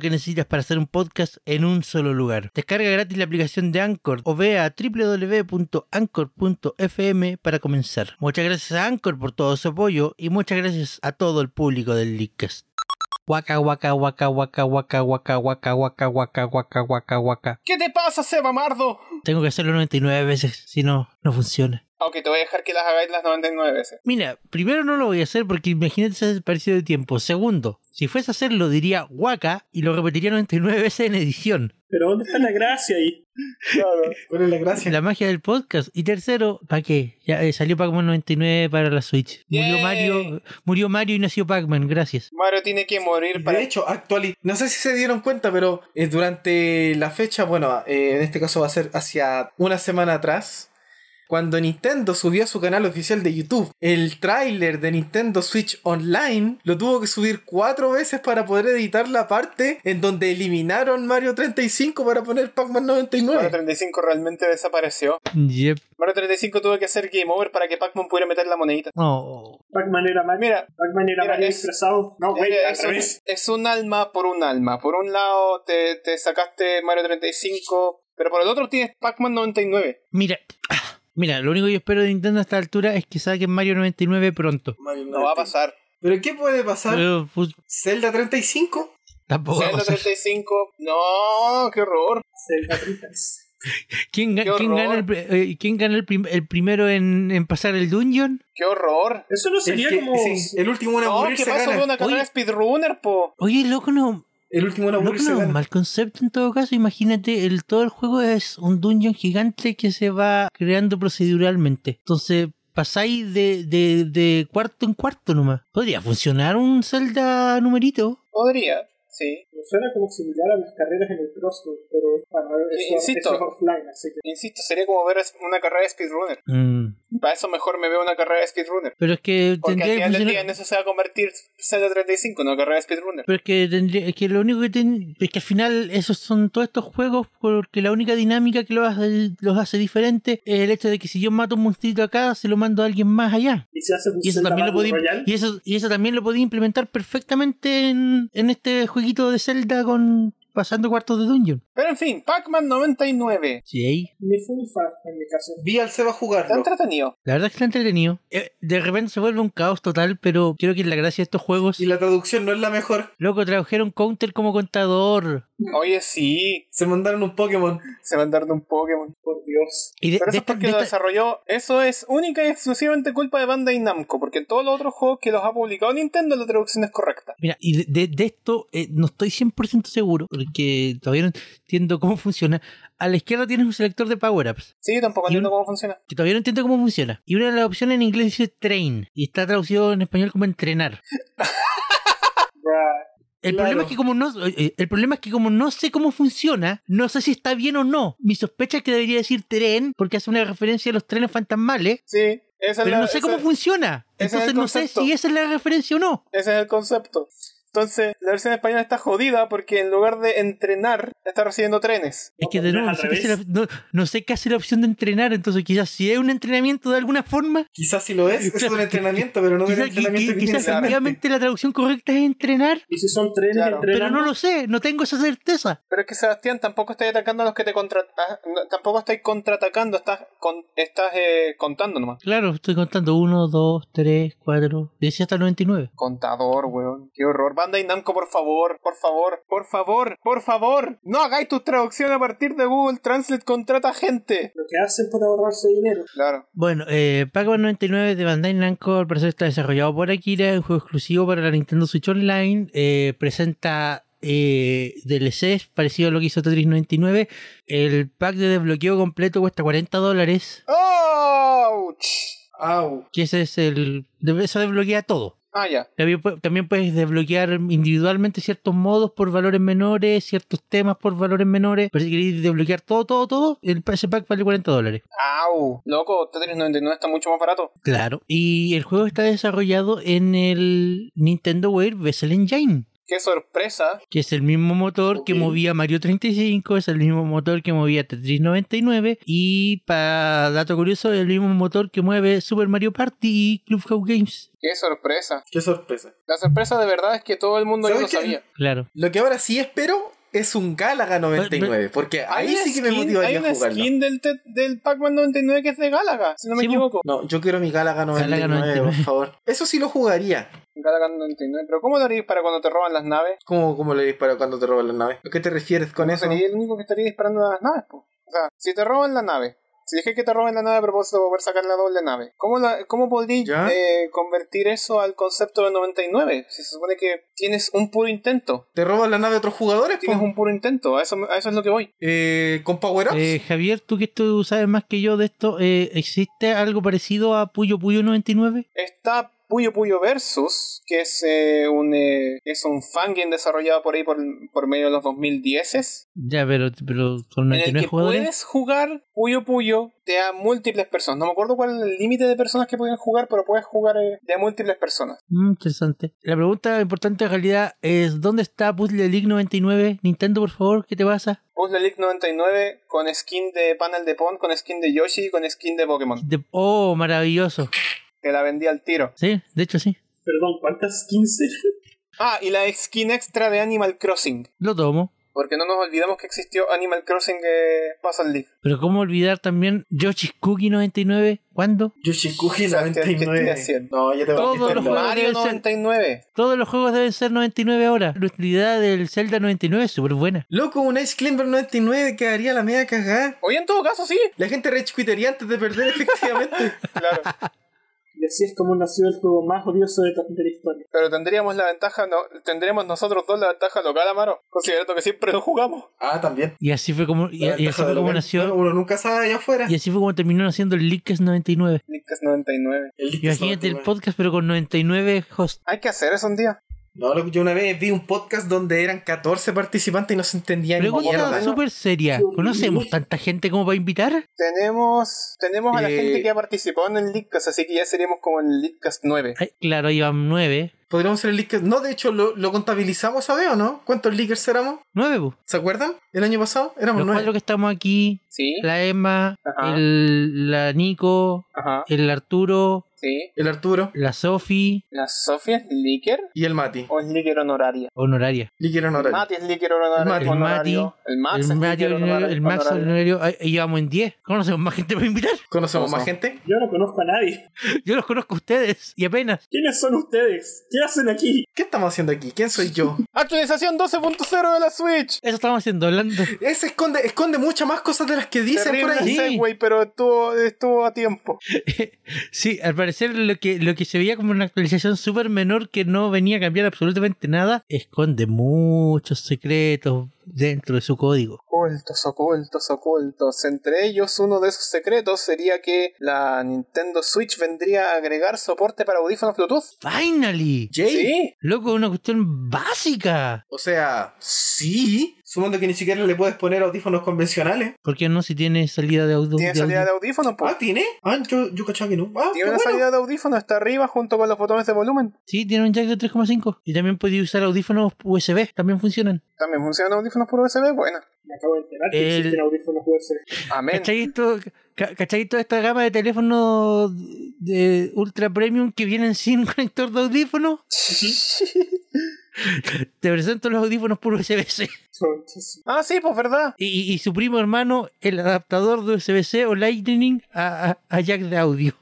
C: que necesitas para hacer un podcast en un solo lugar. Descarga gratis la aplicación de Anchor o ve a www.anchor.fm para comenzar. Muchas gracias a Anchor por todo su apoyo y muchas gracias a todo el público del Leadcast. Waka waka waka waka waka waka waka waka waka waka waka waka.
D: ¿Qué te pasa, Seba Mardo?
C: Tengo que hacerlo 99 veces, si no, no funciona.
D: Ok, te voy a dejar que las hagáis las 99 veces.
C: Mira, primero no lo voy a hacer porque imagínate ese desaparecido de tiempo. Segundo, si fuese a hacerlo diría Waka y lo repetiría 99 veces en edición.
A: Pero ¿dónde está la gracia ahí?
D: Claro.
B: ¿Cuál es la gracia?
C: La magia del podcast. Y tercero, ¿para qué? Ya eh, salió Pac-Man 99 para la Switch. Murió
D: Yay.
C: Mario, murió Mario y nació Pac-Man, gracias.
D: Mario tiene que morir para.
B: De hecho, actuali no sé si se dieron cuenta, pero eh, durante la fecha, bueno, eh, en este caso va a ser hacia una semana atrás, cuando Nintendo subió a su canal oficial de YouTube el tráiler de Nintendo Switch Online, lo tuvo que subir cuatro veces para poder editar la parte en donde eliminaron Mario 35 para poner Pac-Man
D: Mario
B: 99.
D: 35 realmente desapareció.
C: Yep.
D: Mario 35 tuvo que hacer game over para que Pac-Man pudiera meter la monedita.
C: Oh.
A: Pac-Man era Mario.
D: Mira,
A: Pac-Man era
D: Mira,
A: Mario
D: es-
A: disfrazado. No, güey,
D: Eh,
A: al
D: es, un,
A: revés.
D: es un alma por un alma. Por un lado te, te sacaste Mario 35, pero por el otro tienes Pac-Man 99.
C: Mira, ah, mira, lo único que yo espero de Nintendo a esta altura es que saquen Mario 99 pronto.
B: Mario
D: No va a
B: 90.
D: pasar.
B: ¿Pero qué puede pasar?
C: Pero, pues,
B: ¿Zelda 35?
C: tampoco va a
D: Zelda
C: pasar.
D: 35, no, qué horror.
A: Zelda 36.
C: ¿Quién, ga-
D: ¡Qué
C: quién gana, el,
D: horror!
C: pri- eh, quién gana el, prim- el primero en, en pasar el dungeon?
D: Qué horror.
A: Eso no
B: El,
A: sería
B: que-
A: como.
B: sí, el último en
D: No,
B: aburrirse
D: ¿qué pasó
B: gana.
D: con una carrera
C: Oye.
D: speedrunner, po?
C: Oye, loco, no,
B: El último en
C: No,
B: aburrirse
C: no,
B: gana.
C: mal concepto en todo caso. Imagínate, el, todo el juego es un dungeon gigante que se va creando proceduralmente. Entonces, pasáis de, de, de cuarto en cuarto nomás. Podría funcionar un Zelda numerito.
D: Podría, sí.
A: Me suena como similar a las carreras en el CrossFit, pero bueno, eso,
D: Insisto.
A: eso es offline, así que.
D: Insisto, sería como ver una carrera de speedrunner.
C: Mm,
D: Para eso mejor me veo una carrera de speedrunner.
C: Pero es que
D: Porque al
C: tendría que
D: final del día en
C: funcionar.
D: eso se va a convertir Zelda 35 en una carrera de speedrunner.
C: Pero es que, tendría- es que lo único que ten- es que al final esos son todos estos juegos porque la única dinámica que los hace, los hace diferente es el hecho de que si yo mato un monstruito acá, se lo mando a alguien más allá.
A: Y se hace un
C: Y eso,
A: Zelda
C: también lo
A: Battle
C: podí-
A: Royale.
C: y, eso, y eso también lo podía implementar perfectamente en, en este jueguito de Zelda con pasando cuartos de dungeon.
D: Pero en fin, Pac-Man 99.
C: Sí,
A: Ni fu ni fa, en mi caso.
B: Vi al Seba
D: Está
B: jugarlo.
D: entretenido.
C: la verdad es que está entretenido. Eh, de repente se vuelve un caos total, pero creo que la gracia de estos juegos.
B: Y la traducción no es la mejor.
C: Loco, tradujeron Counter como contador.
D: Oye, sí,
B: Se mandaron un Pokémon.
D: se van dando un Pokémon.
A: Por Dios.
C: Y de,
D: Pero
C: de
D: eso es
C: esta-
D: porque
C: de
D: lo
C: esta-
D: desarrolló. Eso es única y exclusivamente culpa de Bandai Namco, porque en todos los otros juegos que los ha publicado Nintendo la traducción es correcta.
C: Mira, y de, de- de esto eh, no estoy 100% seguro, porque todavía no entiendo cómo funciona. A la izquierda tienes un selector de power-ups.
D: Sí, yo tampoco
C: Y
D: entiendo
C: un-
D: cómo funciona.
C: que todavía no entiendo cómo funciona. Y una de las opciones en inglés dice train y está traducido en español como entrenar.
A: Bruh.
C: El
B: Claro.
C: problema es que como no eh, el problema es que como no sé cómo funciona, no sé si está bien o no. Mi sospecha es que debería decir tren porque hace una referencia a los trenes fantasmales,
D: Sí, esa es
C: pero
D: la-
C: no sé
D: esa-
C: cómo funciona.
D: ese es el
C: Entonces no sé
D: concepto.
C: si esa es la referencia o no.
D: Ese es el concepto. Entonces, la versión española está jodida porque en lugar de entrenar, está recibiendo trenes.
C: Es
A: No,
C: que de
A: pues,
C: nuevo,
A: al
C: no sé, qué hace la,
A: revés.
C: no- no sé qué hace la opción de entrenar, entonces quizás si es un entrenamiento de alguna forma,
B: Quizás si lo es, es
C: Claro,
B: un
C: que-
B: entrenamiento, pero no es el
C: quizás, qui-
B: entrenamiento que
C: quizás
B: tienes en la mente.
C: efectivamente la traducción correcta es entrenar,
A: Y si son trenes
D: Claro.
C: pero
A: entrenando.
C: no lo sé, no tengo esa certeza.
D: Pero es que Sebastián, tampoco estáis atacando a los que te contratas, tampoco estáis contraatacando, estás, con- estás eh, contando nomás.
C: Claro, estoy contando 1, 2, 3, 4, 10 hasta 99.
D: Contador, weón. Qué horror. Bandai Namco, por favor, por favor, por favor, por favor. No hagáis tus traducciones a partir de Google Translate. Contrata gente.
A: Lo que hacen por ahorrarse dinero.
D: Claro.
C: Bueno, eh, Pac-Man 99 de Bandai Namco al parecer está desarrollado por Akira, es un juego exclusivo para la Nintendo Switch Online, eh, presenta eh, DLCs parecido a lo que hizo Tetris 99, el pack de desbloqueo completo cuesta 40 dólares,
D: ¡Ouch!
B: Au.
C: que ese es el... de- Eso desbloquea todo.
D: Ah, ya.
C: También, pu- también puedes desbloquear individualmente ciertos modos por valores menores, ciertos temas por valores menores, pero si queréis desbloquear todo, todo, todo, el, ese pack vale 40 dólares.
D: ¡Au! Loco, T399 está mucho más barato.
C: Claro, y el juego está desarrollado en el Nintendo Wave Vessel Engine,
D: ¡Qué sorpresa!
C: que es el mismo motor que
B: Ok.
C: movía Mario 35, es el mismo motor que movía Tetris 99 y para dato curioso, el mismo motor que mueve Super Mario Party y Clubhouse Games.
D: ¡Qué sorpresa!
B: Qué sorpresa.
D: La sorpresa de verdad es que todo el mundo ya lo
B: ¿Sabes qué?
D: sabía.
C: Claro.
B: Lo que ahora sí espero es un Galaga 99, porque ahí
D: una
B: sí que me
D: skin-
B: motivaría
D: hay
B: a
D: una
B: jugarlo.
D: skin del, te- del Pac-Man 99 que es de Galaga, si no me
C: Sí,
D: equivoco.
B: No, yo quiero mi Galaga 99,
C: Galaga 99.
B: por favor. Eso sí lo jugaría.
D: Galaga 99. Pero ¿cómo lo harías para cuando te roban las naves?
B: ¿Cómo, cómo le disparas cuando te roban la nave? ¿A qué te refieres con
D: No
B: eso?
D: sería el único que estaría disparando a las naves, po. O sea, si te roban la nave, Si dejé que te roben la nave a propósito de poder sacar la doble nave, ¿cómo, la- cómo podría
B: ¿Ya?
D: eh, convertir eso al concepto del 99? Si se supone que tienes un puro intento.
B: Te roban la nave de otros jugadores,
D: Tienes
B: po.
D: un puro intento, a eso, a eso es lo que voy.
B: Eh, con Power Ups.
C: Eh, Javier, tú que tú sabes más que yo de esto, eh, ¿existe algo parecido a Puyo Puyo 99?
D: Está Puyo Puyo Versus, que es eh, un eh, es un fangame desarrollado por ahí por, por medio de los 2010s,
C: Ya, pero, pero son
D: en el
C: 99
D: que
C: jugadores.
D: puedes jugar Puyo Puyo de a múltiples personas. No me acuerdo cuál es el límite de personas que pueden jugar, pero puedes jugar eh, de a múltiples personas.
C: Mm, interesante. La pregunta importante en realidad es: ¿dónde está Puzzle League 99? Nintendo, por favor, ¿qué te pasa?
D: Puzzle League 99 con skin de panel de Pon, con skin de Yoshi y con skin de Pokémon.
C: De- oh, maravilloso.
D: Te la vendí al tiro.
C: Sí, de hecho sí.
A: Perdón, ¿cuántas? ¿15?
D: Ah, y la skin extra de Animal Crossing.
C: Lo tomo.
D: Porque no nos olvidamos que existió Animal Crossing eh, Puzzle League.
C: Pero ¿cómo olvidar también Yoshi's Cookie 99? ¿Cuándo?
E: Yoshikuji
D: Sebastián, ¿qué estoy
E: 99.
D: haciendo?
E: No, ya te
C: Todos
E: batiste
C: los
E: la-
C: juegos.
D: Mario
C: debe ser-
D: 99.
C: Todos los juegos deben ser 99 ahora. La utilidad del Zelda 99 es súper buena.
B: Loco, un Ice Climber 99 quedaría la media cagada.
D: Oye, en todo caso, sí.
B: La gente rechquitería antes de perder, efectivamente.
D: Claro.
A: Y así es como nació el juego más odioso de, to- de la historia.
D: Pero tendríamos la ventaja, no, tendríamos nosotros dos la ventaja local, Amaro. Considerando que siempre lo jugamos.
E: Ah, también.
C: Y así fue como, y,
E: La
C: y
E: ventaja
C: así
E: de
C: fue
E: lo
C: como
E: menos. Bueno,
C: nació.
E: Uno nunca sabe allá afuera.
C: Y así fue como terminó haciendo el Leakcast 99.
D: Nickas 99.
E: El disco
C: Imagínate el
E: 99.
C: podcast, pero con 99 hosts.
D: Hay que hacer eso un día.
B: No, loco, yo una vez vi un podcast donde eran 14 participantes y no se entendía ni
C: Pregunta
B: mierda.
C: súper seria. ¿Conocemos tanta gente como para invitar?
D: Tenemos, tenemos a la
B: Eh,
D: gente que ha participado en el Leakcast, así que ya seríamos como en el Leakcast 9.
C: Ay, claro, ahí van 9.
B: Podríamos ser el leaker. No, de hecho, lo, lo contabilizamos, ¿sabes o no? ¿Cuántos leakers éramos?
C: 9, pues.
B: ¿Se acuerdan? El año pasado éramos
C: Los
B: nueve.
C: cuatro que estamos aquí.
D: Sí.
C: La Emma,
D: Ajá.
C: el, la Nico,
D: Ajá.
C: el Arturo,
D: Sí.
B: El Arturo
C: la Sofi,
D: ¿La Sofía es Leaker
B: y el Mati.
D: o es Leaker honoraria?
C: honoraria.
B: Leaker
D: El
B: honorario.
D: Oh, Mati es Leaker
B: El
D: honoraria.
B: Mati.
D: honorario. El Max
C: el
D: es
C: Mario
D: Leaker
C: ordinario,
D: honorario.
C: el Max
D: honorario.
C: ordinario, ahí- ahí llevamos en 10. ¿Conocemos más gente para invitar?
B: ¿Conocemos
D: Oso.
B: más gente?
A: Yo no conozco a nadie.
C: Yo los conozco a ustedes y apenas.
A: ¿Quiénes son ustedes? ¿Qué hacen aquí?
B: ¿Qué estamos haciendo aquí? ¿Quién soy yo?
D: Actualización 12.0 de la Switch.
C: Eso estamos haciendo, hablando.
B: Ese esconde, esconde muchas más cosas de las que dicen
D: Terrible
B: por ahí.
C: Sí.
D: segue, pero estuvo, estuvo a tiempo.
C: Sí, al parecer lo que, lo que se veía como una actualización súper menor que no venía a cambiar absolutamente nada, esconde muchos secretos dentro de su código.
D: Ocultos, ocultos, ocultos. Entre ellos, uno de esos secretos sería que la Nintendo Switch vendría a agregar soporte para audífonos Bluetooth.
C: ¡Finally!
B: Jay.
D: Sí.
C: Loco, una cuestión básica.
B: O sea, sí. Sumando que ni siquiera le puedes poner audífonos convencionales.
C: ¿Por qué no si tiene salida de audio?
D: Tiene
C: de
D: salida de
C: audio?
D: audífonos, po.
B: Ah, ¿tiene? Ah, yo, yo cachaba que no. Ah, qué
D: Tiene una
B: bueno.
D: salida de audífonos, está arriba junto con los botones de volumen.
C: Sí, tiene un jack de 3,5. Y también podéis usar audífonos USB, también funcionan.
D: También funcionan audífonos por USB, bueno.
A: Me acabo de
D: Ah,
A: enterar que
C: El-
A: existen audífonos USB.
D: Amén.
C: ¿Cachai esto- ca- cachai toda esta gama de teléfonos de ultra premium que vienen sin conector de audífonos? Te presento los audífonos por USB-C.
A: Entonces,
D: Ah, sí, pues verdad.
C: Y, y- y su primo hermano, el adaptador de USB-C o Lightning a, a- a jack de audio.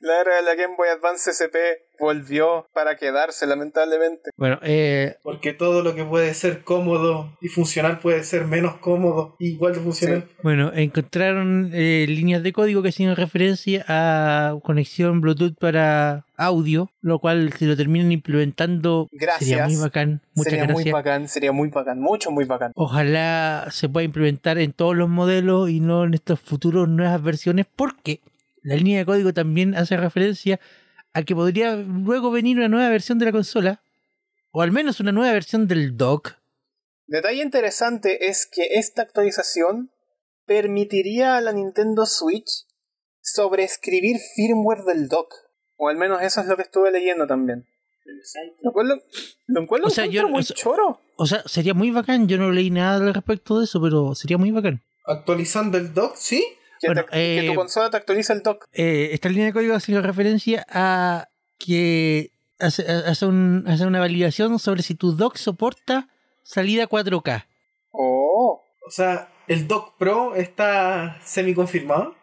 D: La era de la Game Boy Advance SP volvió para quedarse, lamentablemente.
C: Bueno, eh,
B: Porque todo lo que puede ser cómodo y funcional puede ser menos cómodo, igual de funcional.
C: Bueno, encontraron eh, líneas de código que hacían referencia a conexión Bluetooth para audio, lo cual si lo terminan implementando sería
D: Gracias.
C: muy bacán. Muchas
D: sería muy
C: gracias.
D: bacán, sería muy bacán, mucho, muy bacán.
C: Ojalá se pueda implementar en todos los modelos y no en estas futuras nuevas versiones, porque la línea de código también hace referencia a que podría luego venir una nueva versión de la consola, o al menos una nueva versión del dock.
D: Detalle interesante es que esta actualización permitiría a la Nintendo Switch sobreescribir firmware del dock. O al menos eso es lo que estuve leyendo también.
A: interesante.
D: Lo cual lo, lo cual lo
C: O sea, yo-
D: encuentro muy
C: o sea-
D: choro.
C: O sea, sería muy bacán, yo no leí nada al respecto de eso, pero sería muy bacán.
B: Actualizando el dock, sí.
D: Que,
C: Bueno,
D: te- que
C: eh,
D: tu consola te actualiza el dock.
C: eh, esta línea de código hace referencia a que hace, hace un- hace una validación sobre si tu dock soporta salida 4K.
D: Oh,
B: O sea, el dock pro está semi confirmado.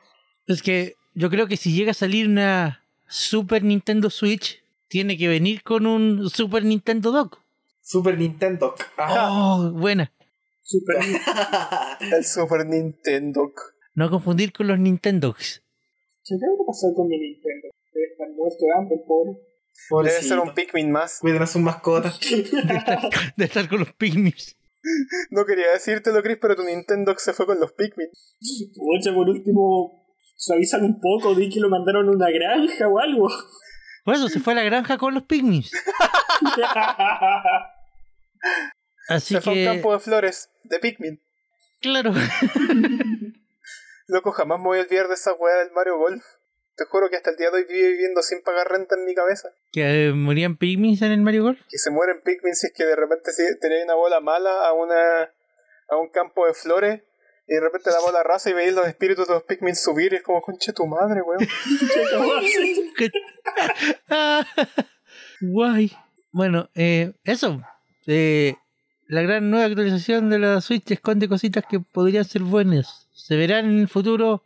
C: Es que yo creo que si llega a salir una Super Nintendo Switch, tiene que venir con un Super Nintendo Dock.
B: Super Nintendo. Ajá.
C: Oh, buena.
A: Super
D: el Super Nintendo.
C: No confundir con los Nintendox.
A: ¿Qué habrá pasado con mi Nintendo? Debe estar muerto de hambre, el pobre.
D: Debe
E: Pobrecito.
D: ser un Pikmin más.
E: Cuiden a sus mascotas.
C: De estar con los pygmies.
D: No quería decírtelo, Chris, pero tu Nintendo se fue con los Pikmin.
A: Oye, por último, suavizan un poco. Di que lo mandaron a una granja o algo.
C: Por eso se fue a la granja con los pygmies. Así
D: se fue a un
C: que,
D: campo de flores de Pikmin.
C: claro.
D: Loco, jamás me voy a olvidar de esa weá del Mario Golf. Te juro que hasta el día de hoy vive viviendo sin pagar renta en mi cabeza.
C: que eh, morían pygmies en el Mario Golf.
D: Que se mueren Pikmin si es que de repente si tenéis una bola mala a una a un campo de flores y de repente la bola rasa y veis los espíritus de los Pikmin subir y es como, conche tu madre, weón.
C: Que- Ah, Guay. Bueno, eh, eso. Eh, la gran nueva actualización de la Switch esconde cositas que podrían ser buenas. ¿Se verán en el futuro?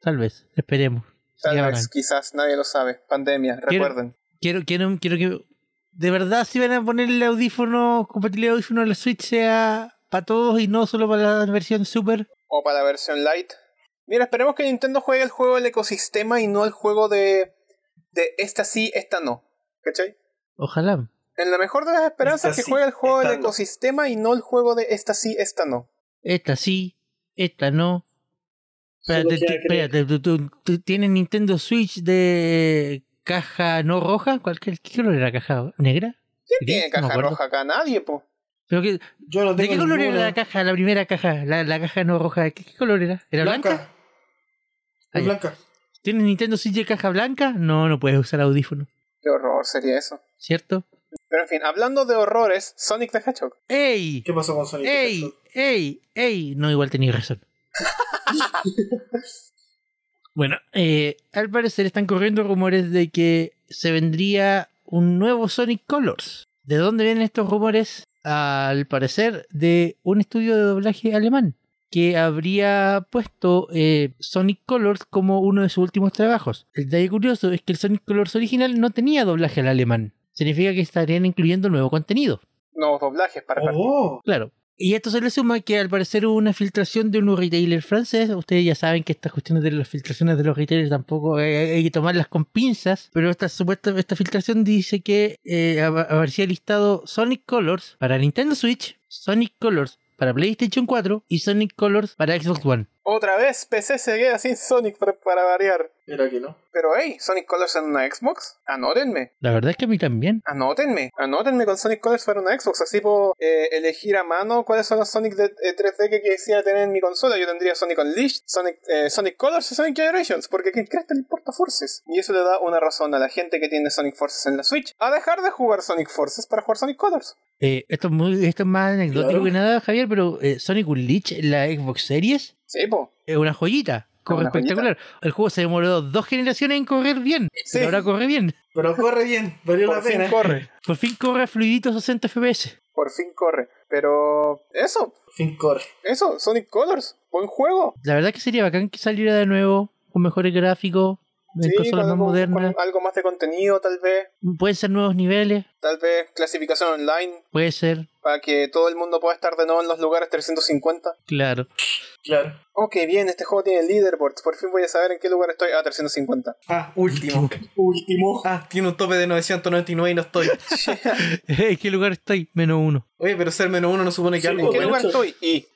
C: Tal vez. Esperemos.
D: Tal
C: Ya
D: vez,
C: verán.
D: quizás, nadie lo sabe. Pandemia,
C: Quiero-
D: recuerden.
C: Quiero, quiero, quiero que... De verdad, si van a poner el audífono, compatibilidad de audífono a la Switch sea para todos y no solo para la versión Super.
D: O para la versión light. Mira, esperemos que Nintendo juegue el juego del ecosistema y no el juego de, de esta sí, esta no. ¿Cachai?
C: Ojalá.
D: En la mejor de las esperanzas
E: Esta
D: que
E: sí,
D: juegue el juego
E: esta
D: del
E: no.
D: ecosistema y no el juego de esta sí, esta no.
C: Esta sí, esta no. Espérate,
A: Solo queda
C: ti-
A: creer.
C: espérate, ¿tú, tú- tú tienes Nintendo Switch de caja no roja? ¿Cualquier, ¿Qué color era la caja? ¿Negra?
D: ¿Quién
C: Gris,
D: tiene
C: no me
D: caja
C: acuerdo.
D: roja acá? Nadie, po.
C: Pero que-
E: Yo no tengo
C: ¿De qué color era
E: ninguna.
C: la caja, la primera caja? La, la caja no roja, ¿qué, qué color era? ¿Era blanca? Ah,
E: Es
C: ya.
E: blanca.
C: ¿Tienes Nintendo Switch de caja blanca? No, no puedes usar audífono,
D: Qué horror sería eso.
C: ¿cierto?
D: Pero en fin, hablando de horrores, Sonic the Hedgehog.
C: ¡Ey!
E: ¿Qué pasó con Sonic?
C: ¡Ey! ¡Ey! ¡Ey! No, igual tenía razón. bueno, eh, al parecer están corriendo rumores de que se vendría un nuevo Sonic Colors. ¿De dónde vienen estos rumores? Al parecer de un estudio de doblaje alemán que habría puesto eh, Sonic Colors como uno de sus últimos trabajos. El detalle curioso es que el Sonic Colors original no tenía doblaje al alemán. Significa que estarían incluyendo nuevo contenido.
D: Nuevos doblajes para partir.
E: Oh,
C: Claro. Y a esto se le suma que al parecer hubo una filtración de un retailer francés. Ustedes ya saben que estas cuestiones de las filtraciones de los retailers tampoco eh, hay que tomarlas con pinzas. Pero esta supuesta esta filtración dice que eh, ap- aparecía listado Sonic Colors para Nintendo Switch, Sonic Colors para PlayStation 4 y Sonic Colors para Xbox One.
D: Otra vez PC se queda sin Sonic para, para variar.
E: era que no.
D: Pero hey, Sonic Colors en una Xbox. Anótenme,
C: La verdad es que a mí también.
D: anótenme, anótenme con Sonic Colors para una Xbox. Así puedo eh, elegir a mano cuáles son los Sonic de, eh, 3D que quisiera tener en mi consola. Yo tendría Sonic Unleashed, Sonic, eh, Sonic Colors y Sonic Generations. Porque ¿quién crees que le importa Forces? Y eso le da una razón a la gente que tiene Sonic Forces en la Switch a dejar de jugar Sonic Forces para jugar Sonic Colors.
C: Eh, esto, es muy- esto es más anecdótico
E: Claro.
C: que nada, Javier, pero eh, Sonic Unleashed, en la Xbox Series,
D: Sí, po.
C: es una joyita. Corre
D: Una joyita.
C: espectacular. El juego se demoró dos generaciones en correr bien.
D: Sí.
C: Pero ahora corre bien.
E: Pero corre bien, valió
D: Por
E: la
D: fin
E: pena.
D: corre.
C: Por fin corre fluidito 60 FPS.
D: Por fin corre. Pero eso,
E: Fin corre.
D: eso, Sonic Colors, buen juego.
C: La verdad que sería bacán que saliera de nuevo con mejores gráficos, en
D: Sí,
C: consolas más
D: algo-
C: modernas.
D: con algo más de contenido tal vez,
C: Pueden ser nuevos niveles,
D: tal vez clasificación online
C: puede ser,
D: para que todo el mundo pueda estar de nuevo en los lugares 350.
C: claro.
E: Claro.
D: Oh, qué bien, este juego tiene leaderboards, por fin voy a saber en qué lugar estoy. Ah, 350.
E: Ah, último.
A: Último.
B: Ah, tiene un tope de 999 y no estoy.
C: ¿En qué lugar estoy? Menos uno.
B: Oye, pero ser menos uno no supone que
A: Sí,
B: algo
D: ¿En qué
A: bueno,
B: bueno.
D: lugar
A: eso-
D: estoy? Y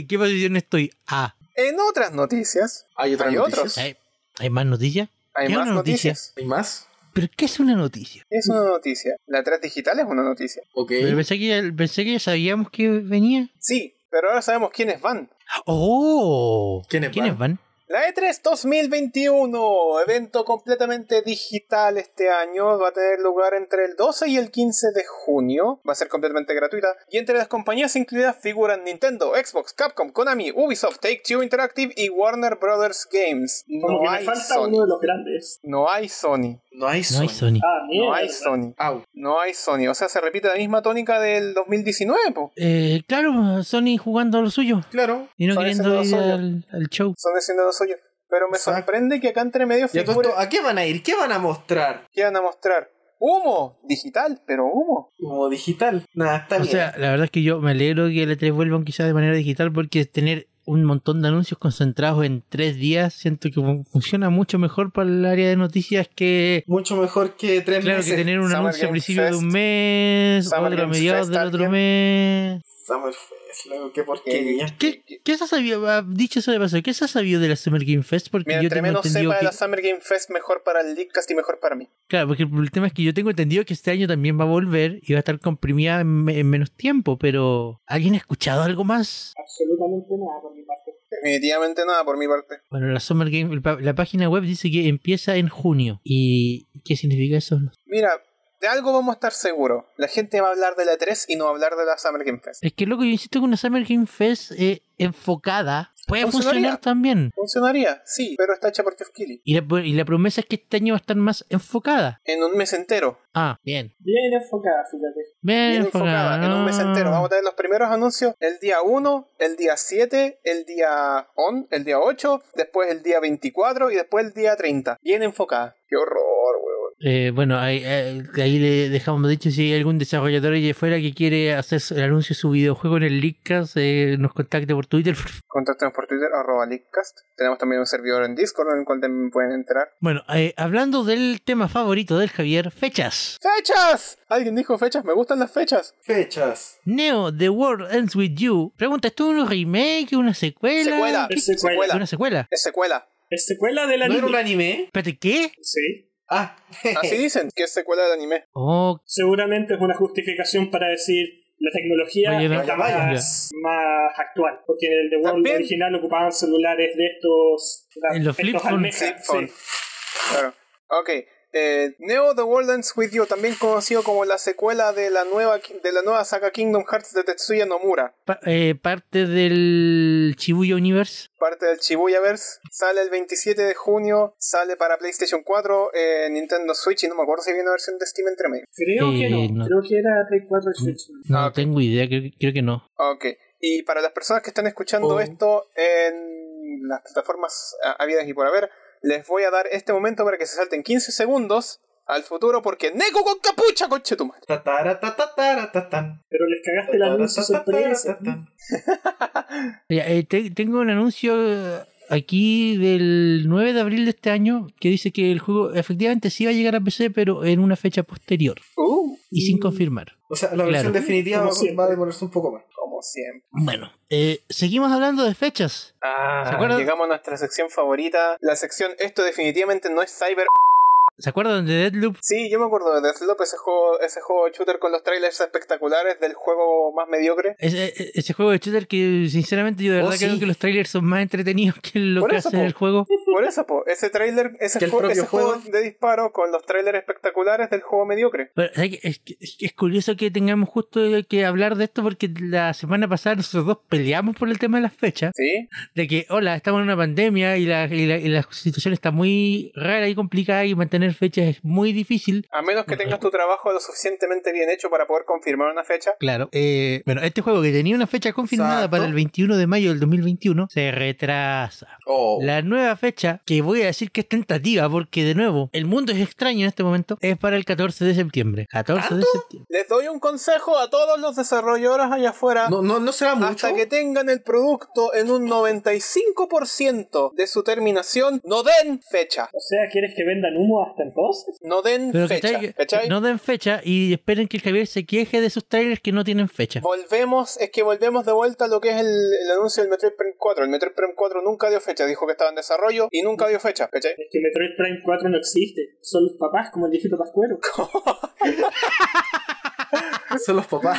C: ¿En qué posición estoy? Ah.
D: en otras noticias,
E: Hay otras
D: Hay otros.
E: noticias.
C: ¿Hay, hay más noticias?
D: hay
C: ¿Qué
D: más
C: otra noticia?
D: noticias.
E: ¿Hay más?
C: ¿Pero qué es una noticia?
D: Es una noticia. La 3 digital es una noticia.
E: Ok.
C: Pero pensé, que ya, pensé que ya sabíamos que venía.
D: Sí, pero ahora sabemos quiénes van.
C: ¡Oh!
E: ¿Quiénes
C: van?
D: La E E3 2021, evento completamente digital este año, va a tener lugar entre el 12 y el 15 de junio, va a ser completamente gratuita, y entre las compañías incluidas figuran Nintendo, Xbox, Capcom, Konami, Ubisoft, Take-Two Interactive y Warner Brothers Games.
A: Como
D: No
A: que me
D: hay
A: falta uno
D: Sony.
A: de los grandes.
D: No hay Sony.
E: No hay
C: No
E: Sony.
C: hay Sony.
A: Ah, mierda.
D: No hay Sony.
E: Au.
D: No hay Sony. O sea, se repite la misma tónica del 2019, po.
C: Eh, claro, Sony jugando a lo suyo
E: Claro.
C: y no
D: Sony
C: queriendo ir
D: haciendo lo
C: al, al show.
D: Son diciendo los suyos. Pero me
E: Exacto.
D: sorprende que acá entre medio
E: ¿Y a, todo esto,
D: figure
E: ¿A qué van a ir? ¿Qué van a mostrar?
D: que van a mostrar humo digital, pero humo.
E: Como digital. Nada, está
C: O
E: bien.
C: E sea, la verdad es que yo me alegro que el E3 vuelvan quizás de manera digital porque tener un montón de anuncios concentrados en tres días, siento que fun- funciona mucho mejor para el área de noticias que,
E: Mucho mejor que tres
C: claro,
E: meses.
C: que tener un
D: Summer
C: anuncio a
D: Game
C: principio de
D: Fest.
C: un mes,
D: Summer
C: otro a
D: Game
C: mediados
D: Fest
C: del otro
D: también.
C: mes.
E: Summer Fest, loco, qué
B: Eh,
E: porquería.
C: ¿Qué, qué se ha sabido, ah, dicho eso de paso, qué se ha sabido de la Summer Game Fest? Porque
D: Mira,
C: yo
D: entre
C: tengo
D: menos
C: entendido
D: sepa de
C: que...
D: la Summer Game Fest, mejor para el Leadcast y mejor para mí.
C: Claro, porque el tema es que yo tengo entendido que este año también va a volver y va a estar comprimida en, me- en menos tiempo, pero ¿alguien ha escuchado algo más?
A: Absolutamente nada por mi parte.
D: Definitivamente nada por mi parte.
C: Bueno, la Summer Game, el pa- la página web dice que empieza en junio. ¿Y qué significa eso?
D: Mira, de algo vamos a estar seguros. La gente va a hablar de la 3 y no va a hablar de la Summer Game Fest.
C: Es que, loco, yo insisto que una Summer Game Fest eh, enfocada puede
D: Funcionaría.
C: funcionar también.
D: Funcionaría, sí, pero está hecha por Jeff Keighley.
C: Y la, y la promesa es que este año va a estar más enfocada.
D: En un mes entero.
C: Ah, bien.
A: Bien enfocada, fíjate.
C: Bien,
D: Bien
C: enfocada.
D: enfocada. En un mes entero. Vamos a tener los primeros anuncios el día 1, el día 7, el día 11, el día 8, después el día 24 y después el día 30. Bien enfocada. Qué horror, weón.
C: Eh, bueno, ahí, eh, ahí le dejamos dicho si hay algún desarrollador allá afuera que quiere hacer el anuncio de su videojuego en el Leakcast, eh, nos contacte por Twitter.
D: Contáctenos por Twitter, arroba Leakcast. Tenemos también un servidor en Discord en el cual también pueden entrar.
C: Bueno, eh, hablando del tema favorito del Javier, fechas.
D: ¡Fechas! Alguien dijo fechas, me gustan las fechas.
E: Fechas.
C: Neo, The World Ends With You. Pregunta, ¿esto es un remake, una secuela?
D: Secuela,
A: Es
D: secuela.
A: secuela.
C: ¿Una secuela?
D: Es secuela.
A: Es secuela del
E: ¿No
A: anime.
E: era un anime?
C: Espérate, ¿qué?
A: Sí.
E: Ah,
D: Así dicen que es secuela del anime.
C: Oh,
A: Seguramente es una justificación para decir la tecnología
C: Oye,
A: está
E: vaya,
C: vaya.
A: más, más actual. Porque en el The World
D: También-
A: original ocupaban celulares de estos.
C: En los
A: estos
C: flip phone.
A: almejas,
D: Flip phone.
A: sí.
D: Claro. Ok. eh, Neo The World Ends With You, también conocido como la secuela de la nueva de la nueva saga Kingdom Hearts de Tetsuya Nomura,
C: pa- eh, parte del Chibuya Universe.
D: parte del Chibuyaverse, sale el 27 de junio, sale para PlayStation 4, eh, Nintendo Switch y no me acuerdo si viene una versión de Steam entre medio.
A: Creo
C: Eh,
A: que no.
C: no. Mm,
A: Creo que era Play 4 y Switch.
C: No
D: Ah, ok.
C: tengo idea, creo, creo que no.
D: Ok. Y para las personas que están escuchando
E: Oh.
D: esto en las plataformas ah, habidas y por haber, les voy a dar este momento para que se salten 15 segundos al futuro porque Neko con capucha, conchetumar.
E: Tataratataratatán.
A: Pero les cagaste la anuncio sorpresa.
E: Tataratataratatán.
C: Ya, eh, te- tengo un anuncio eh, aquí del 9 de abril de este año que dice que el juego efectivamente sí va a llegar a PC, pero en una fecha posterior
D: Uh,
C: y sin confirmar.
E: O sea, la versión
C: Claro.
E: definitiva
A: Como
E: va,
A: siempre.
E: va a demorarse un poco más.
D: como siempre.
C: Bueno, eh, seguimos hablando de fechas. ¿Se
D: Ah,
C: acuerdan?
D: llegamos a nuestra sección favorita. La sección Esto definitivamente no es Cyber.
C: ¿Se acuerdan de Deadloop?
D: Sí, yo me acuerdo de Deathloop, ese juego, ese juego shooter con los trailers espectaculares del juego más mediocre.
C: Ese, e- ese juego de shooter que sinceramente yo de
E: Oh,
C: verdad creo
E: sí.
C: que los trailers son más entretenidos que lo
D: Por
C: que
D: eso,
C: hace
D: po.
C: el juego.
D: Por eso, po, ese trailer, ese,
E: Que el
D: ju-
E: propio
D: ese juego
E: juego.
D: de disparo con los trailers espectaculares del juego mediocre.
C: Pero, ¿sabes qué? es, que- es que es curioso que tengamos justo que hablar de esto porque la semana pasada nosotros dos peleamos por el tema de las fechas.
D: Sí,
C: de que, hola, estamos en una pandemia y la, y la, y la situación está muy rara y complicada y mantener fechas es muy difícil.
D: a menos que
C: Ujú.
D: tengas tu trabajo lo suficientemente bien hecho para poder confirmar una fecha.
C: Claro. eh, bueno, este juego que tenía una fecha confirmada
E: Exacto.
C: para el 21 de mayo del 2021 se retrasa.
E: Oh.
C: La nueva fecha, que voy a decir que es tentativa porque, de nuevo, el mundo es extraño en este momento, es para el 14 de septiembre. 14 de septiembre.
D: Les doy un consejo a todos los desarrolladores allá afuera.
E: No, no, no será mucho.
D: Ah, Hasta que tengan el producto en un 95% de su terminación, no den fecha.
A: O sea, ¿quieres que vendan humo hasta entonces?
D: No den
C: Pero que
D: fecha,
C: tra-
D: ¿cachai?
C: no den fecha y esperen que el Javier se queje de sus trailers que no tienen fecha.
D: Volvemos, es que volvemos de vuelta a lo que es el, el anuncio del Metroid Prime 4. El Metroid Prime 4 nunca dio fecha, dijo que estaba en desarrollo y nunca dio fecha, ¿cachai?
A: Es que Metroid Prime 4 no existe. Son los papás, como el viejito Pascuero.
E: Son los papás.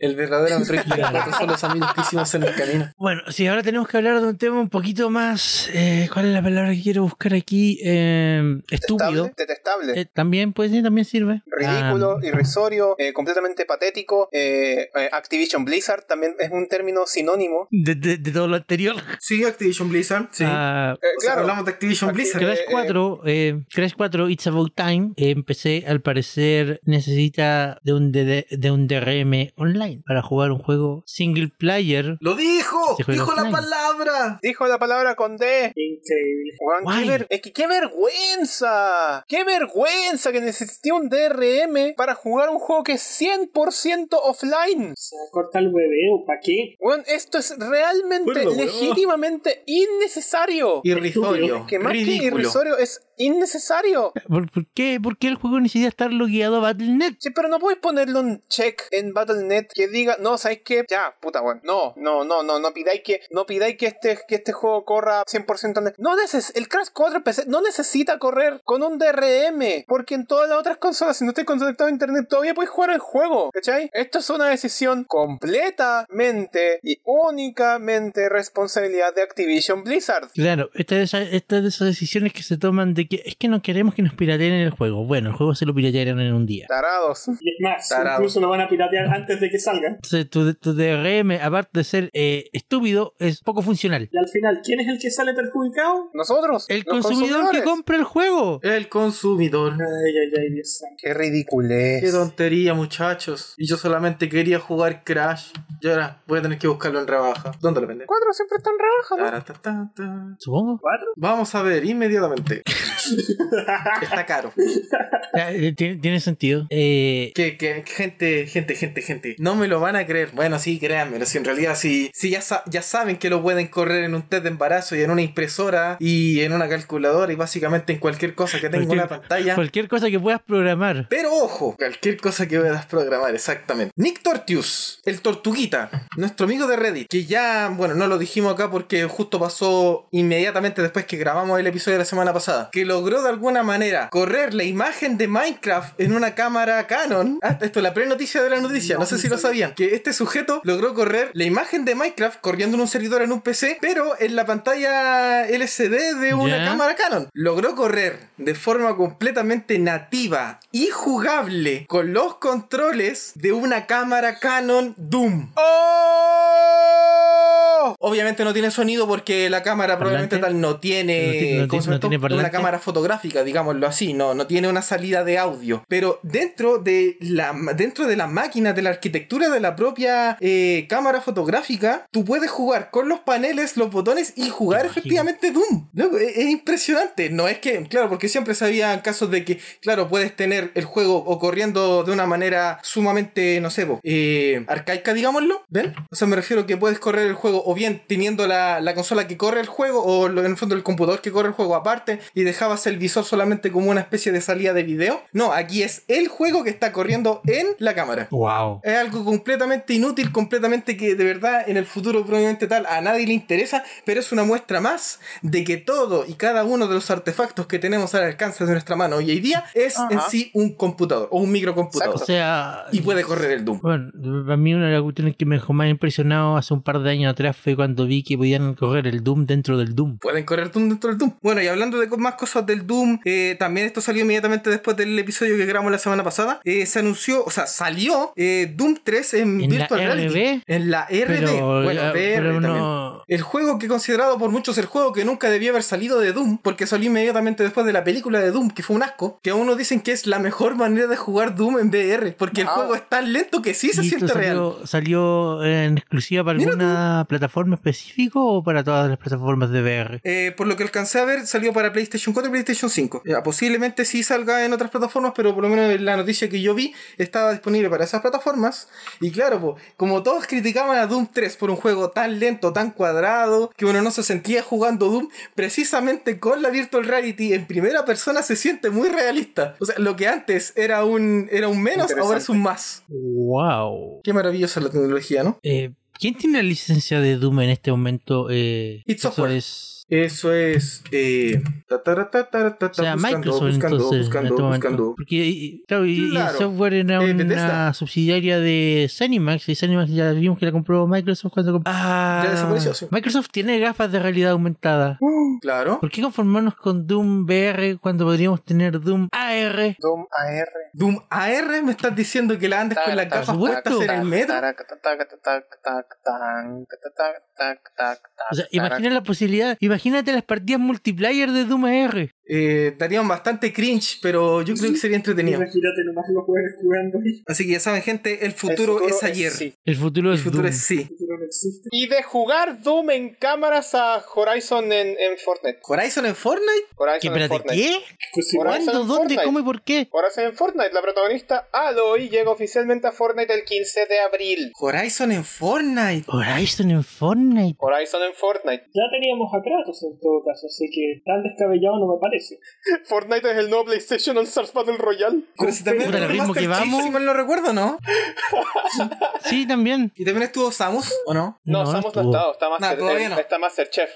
E: el verdadero Metroid Prime 4 son los amigos que hicimos en el camino.
C: Bueno, sí, ahora tenemos que hablar de un tema un poquito más. eh, ¿Cuál es la palabra que quiero buscar aquí? Eh, estúpido.
D: Detestable, detestable.
C: Eh, también, pues sí, también sirve.
D: Ridículo,
C: Ah,
D: irrisorio, eh, completamente patético. eh, eh, Activision Blizzard también es un término sinónimo.
C: de, de- de todo lo anterior.
E: Sí, Activision Blizzard. Sí.
C: Ah,
D: Eh,
E: O sea,
D: claro,
E: hablamos de Activision
D: Activision
E: Blizzard.
C: Crash
D: eh,
C: 4, eh, Crash 4, It's About Time. eh, empecé, al parecer, necesita de de un, DD de un DRM online para jugar un juego single player.
B: ¡Lo dijo!
C: Se juega
B: ¡Dijo la
C: offline.
B: palabra!
D: Dijo la palabra con D.
A: Increíble.
D: Weón, qué
C: Guay.
D: ver- es que qué vergüenza. Qué vergüenza que necesité un DRM para jugar un juego que es 100% offline.
A: O sea, corta el hueveo, ¿para qué?
D: Weón, esto es realmente,
E: Acuerdo, weón.
D: legítimamente innecesario.
B: Irrisorio.
D: que más que
B: ridículo.
D: irrisorio es innecesario.
C: ¿Por, por qué, por qué el juego necesita estar logueado a Battle.net?
D: Sí, pero no podéis ponerle un check en Battle.net que diga, no, ¿sabéis qué? Ya, puta, weón. No, no, no, no, no pidáis que, no pidáis que este, que este juego corra 100% en net. No neces el Crash 4 en PC no necesita correr con un DRM, porque en todas las otras consolas, si no estáis conectado a internet, todavía podéis jugar el juego, ¿cachai? Esto es una decisión completamente y únicamente responsabilidad de Activision Blizzard.
C: Claro, esta es esa- esta es de esas decisiones que se toman de que es que no queremos que nos pirateen el juego. Bueno, el juego se lo piratearon en un día.
D: Tarados.
A: Y es más,
E: Tarado.
A: incluso lo van a piratear antes de que salga.
C: Entonces, tu, tu DRM, aparte de ser eh, estúpido, es poco funcional.
A: Y al final, ¿quién es el que sale perjudicado?
D: Nosotros.
C: El
D: los
C: consumidor que
D: consumidores.
C: compra el juego.
B: El consumidor.
A: Ay, ay, ay, Dios santo.
D: Qué ridiculez.
B: Qué tontería, muchachos. Y yo solamente quería jugar Crash. Y ahora voy a tener que buscarlo en rebaja. ¿Dónde lo venden?
D: Cuatro siempre están rebajando.
B: Taratatata.
C: Supongo.
A: ¿Cuatro?
B: Vamos a ver inmediatamente. Está caro.
C: Ya, eh, Tiene, tiene sentido. Eh,
B: Que, que- que gente, gente, gente, gente. No me lo van a creer. Bueno, sí, créanmelo. Si en realidad, si, si ya, sa- ya saben que lo pueden correr en un test de embarazo y en una impresora y en una calculadora y básicamente en cualquier cosa que tenga
C: Cualquier-
B: una pantalla.
C: cualquier cosa que puedas programar.
B: Pero ojo, cualquier cosa que puedas programar, exactamente. Nick Tortius, el tortuguita, nuestro amigo de Reddit, que ya, bueno, no lo dijimos acá porque justo pasó inmediatamente después que grabamos el episodio de la semana pasada, que logró de alguna manera correr la imagen de Minecraft en una cámara Canon. Ah, esto es la pre-noticia de la noticia, no sé si lo sabían, que este sujeto logró correr la imagen de Minecraft corriendo en un servidor en un PC, pero en la pantalla LCD de una
C: Ya.
B: cámara Canon. Logró correr de forma completamente nativa y jugable con los controles de una cámara Canon Doom.
D: ¡Oh!
B: Obviamente no tiene sonido porque la cámara
C: ¿Parlante?
B: probablemente tal no
C: No ti-
B: tiene,
C: no ti-
B: ¿cómo se
C: no
B: llama esto?
C: tiene parlante.
B: una cámara fotográfica, digámoslo así, no, no tiene una salida de audio. Pero dentro de la dentro de la máquina, de la arquitectura de la propia eh, cámara fotográfica, tú puedes jugar con los paneles, los botones y jugar
C: Lógico.
B: efectivamente Doom. Loco, e-, es, es impresionante. No es que, claro, porque siempre sabían casos de que, claro, puedes tener el juego o corriendo de una manera sumamente, no sé, po, eh, arcaica, digámoslo. ¿Ven? O sea, me refiero que puedes correr el juego o bien teniendo la, la consola que corre el juego o lo- en el fondo el computador que corre el juego aparte y dejabas el visor solamente como una especie de salida de video. No, aquí es el juego que está corriendo en la cámara.
C: Wow.
B: Es algo completamente inútil, completamente que de verdad en el futuro probablemente tal a nadie le interesa, pero es una muestra más de que todo y cada uno de los artefactos que tenemos al alcance de nuestra mano hoy en día es
D: Ajá.
B: en sí un computador o un
C: O
B: microcomputador.
C: sea.
B: Y puede correr el Doom.
C: Bueno, a mí una de las cuestiones que me dejó más impresionado hace un par de años atrás fue cuando vi que podían correr el Doom dentro del Doom.
B: Pueden correr Doom dentro del Doom. Bueno, y hablando de co- más cosas del Doom, eh, también esto salió inmediatamente después del episodio que grabamos la semana pasada. Eh, se anunció, o sea, salió eh, Doom 3 en,
C: ¿En la
B: Virtual Reality.
C: RB?
B: En la RB.
C: Pero,
B: bueno,
C: ya,
B: VR
C: pero
B: también.
C: no.
B: El juego que he considerado por muchos el juego que nunca debió haber salido de Doom, porque salió inmediatamente después de la película de Doom, que fue un asco, que aún nos dicen que es la mejor manera de jugar Doom en VR, porque el
D: Wow.
B: juego es tan lento que sí se
C: Ah. ¿Y
B: siente
C: esto
B: real.
C: salió, salió en exclusiva para
B: Mira
C: alguna plataforma específica o para todas las plataformas de VR?
B: Eh, por lo que alcancé a ver, salió para PlayStation 4 y PlayStation 5. Ya, posiblemente sí salga en otras plataformas, pero por lo menos la noticia que yo vi estaba disponible para esas plataformas. Y claro, po, como todos criticaban a Doom 3 por un juego tan lento, tan cuadrado, que uno no se sentía jugando Doom, precisamente con la Virtual Reality en primera persona se siente muy realista. O sea, lo que antes era un, era un menos, ahora es un más.
C: ¡Wow!
B: Qué maravillosa la tecnología, ¿no?
C: Eh, ¿Quién tiene la licencia de Doom en este momento? Eh,
B: It's
C: eso
B: Software.
C: es.
B: Eso es. Eh,
C: O sea, Microsoft entonces, en este momento. Porque, y- claro, y, y
B: Claro.
C: el software era
B: Eh, Bethesda.
C: una subsidiaria de Zenimax, y Zenimax ya vimos que la compró Microsoft cuando compró... Ah,
B: Ya desapareció, sí.
C: Microsoft tiene gafas de realidad aumentada.
B: Claro.
C: ¿Por qué conformarnos con Doom VR cuando podríamos tener Doom AR?
D: Doom AR.
B: Doom AR me estás diciendo que la andes con las gafas puestas en el metro.
C: O sea, imagina la posibilidad, imagínate las partidas multiplayer de Doom AR.
B: eh, darían bastante cringe, pero yo creo que sería entretenido.
A: Imagínate nomás los jueves jugando y
B: Así que ya saben, gente, el
D: El
B: futuro, es ayer.
D: sí.
C: El futuro
B: El
C: es
B: futuro
C: Doom.
B: es sí.
A: pero no existe.
D: Y de jugar Doom en cámaras a Horizon en, en Fortnite.
B: ¿Horizon en Fortnite?
D: Horizon
C: ¿Qué,
D: en
C: espérate,
D: Fortnite.
C: ¿qué?
A: Pues sí,
D: Ahora-
C: ¿Cuándo?
D: Horizon
C: ¿Dónde?
D: Fortnite.
C: ¿Cómo y por qué?
D: Horizon en Fortnite, la protagonista Aloy llega oficialmente a Fortnite el 15 de abril.
B: Horizon en Fortnite.
C: Horizon en Fortnite.
D: Horizon en Fortnite.
A: ya teníamos a Kratos en todo caso, así que tan descabellado no me parece.
D: Fortnite es el nuevo PlayStation All Stars Battle Royale.
B: Pero si también
C: Puta, el
B: fue
C: ritmo que
B: Master Chief,
C: vamos.
B: Si mal no recuerdo, ¿no?
C: Sí, también.
B: Y también estuvo Samus, ¿o no?
D: No, Samus no
C: estuvo.
D: ha estado, está Master, eh,
B: No, todavía no.
D: está Masterchef.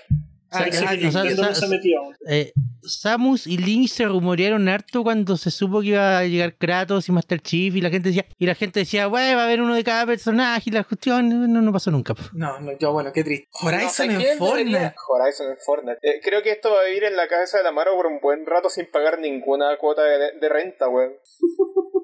A: O sea,
B: Ah,
A: que
B: ya,
A: sí,
B: que-
C: o sea,
A: Nintendo no
C: o sea,
A: se ha metido aún.
C: Eh, Samus y Link se rumorearon harto cuando se supo que iba a llegar Kratos y Master Chief y la gente decía, y la gente decía, "Wey, va a haber uno de cada personaje y la cuestión no, no pasó nunca. po.
B: No, no, yo, bueno, qué triste.
D: No sé
B: Horizon
D: quién
B: en Fortnite.
D: debería- Horizon en Fortnite. Eh, creo que esto va a vivir en la cabeza de la Maro por un buen rato sin pagar ninguna cuota de, de renta, weón.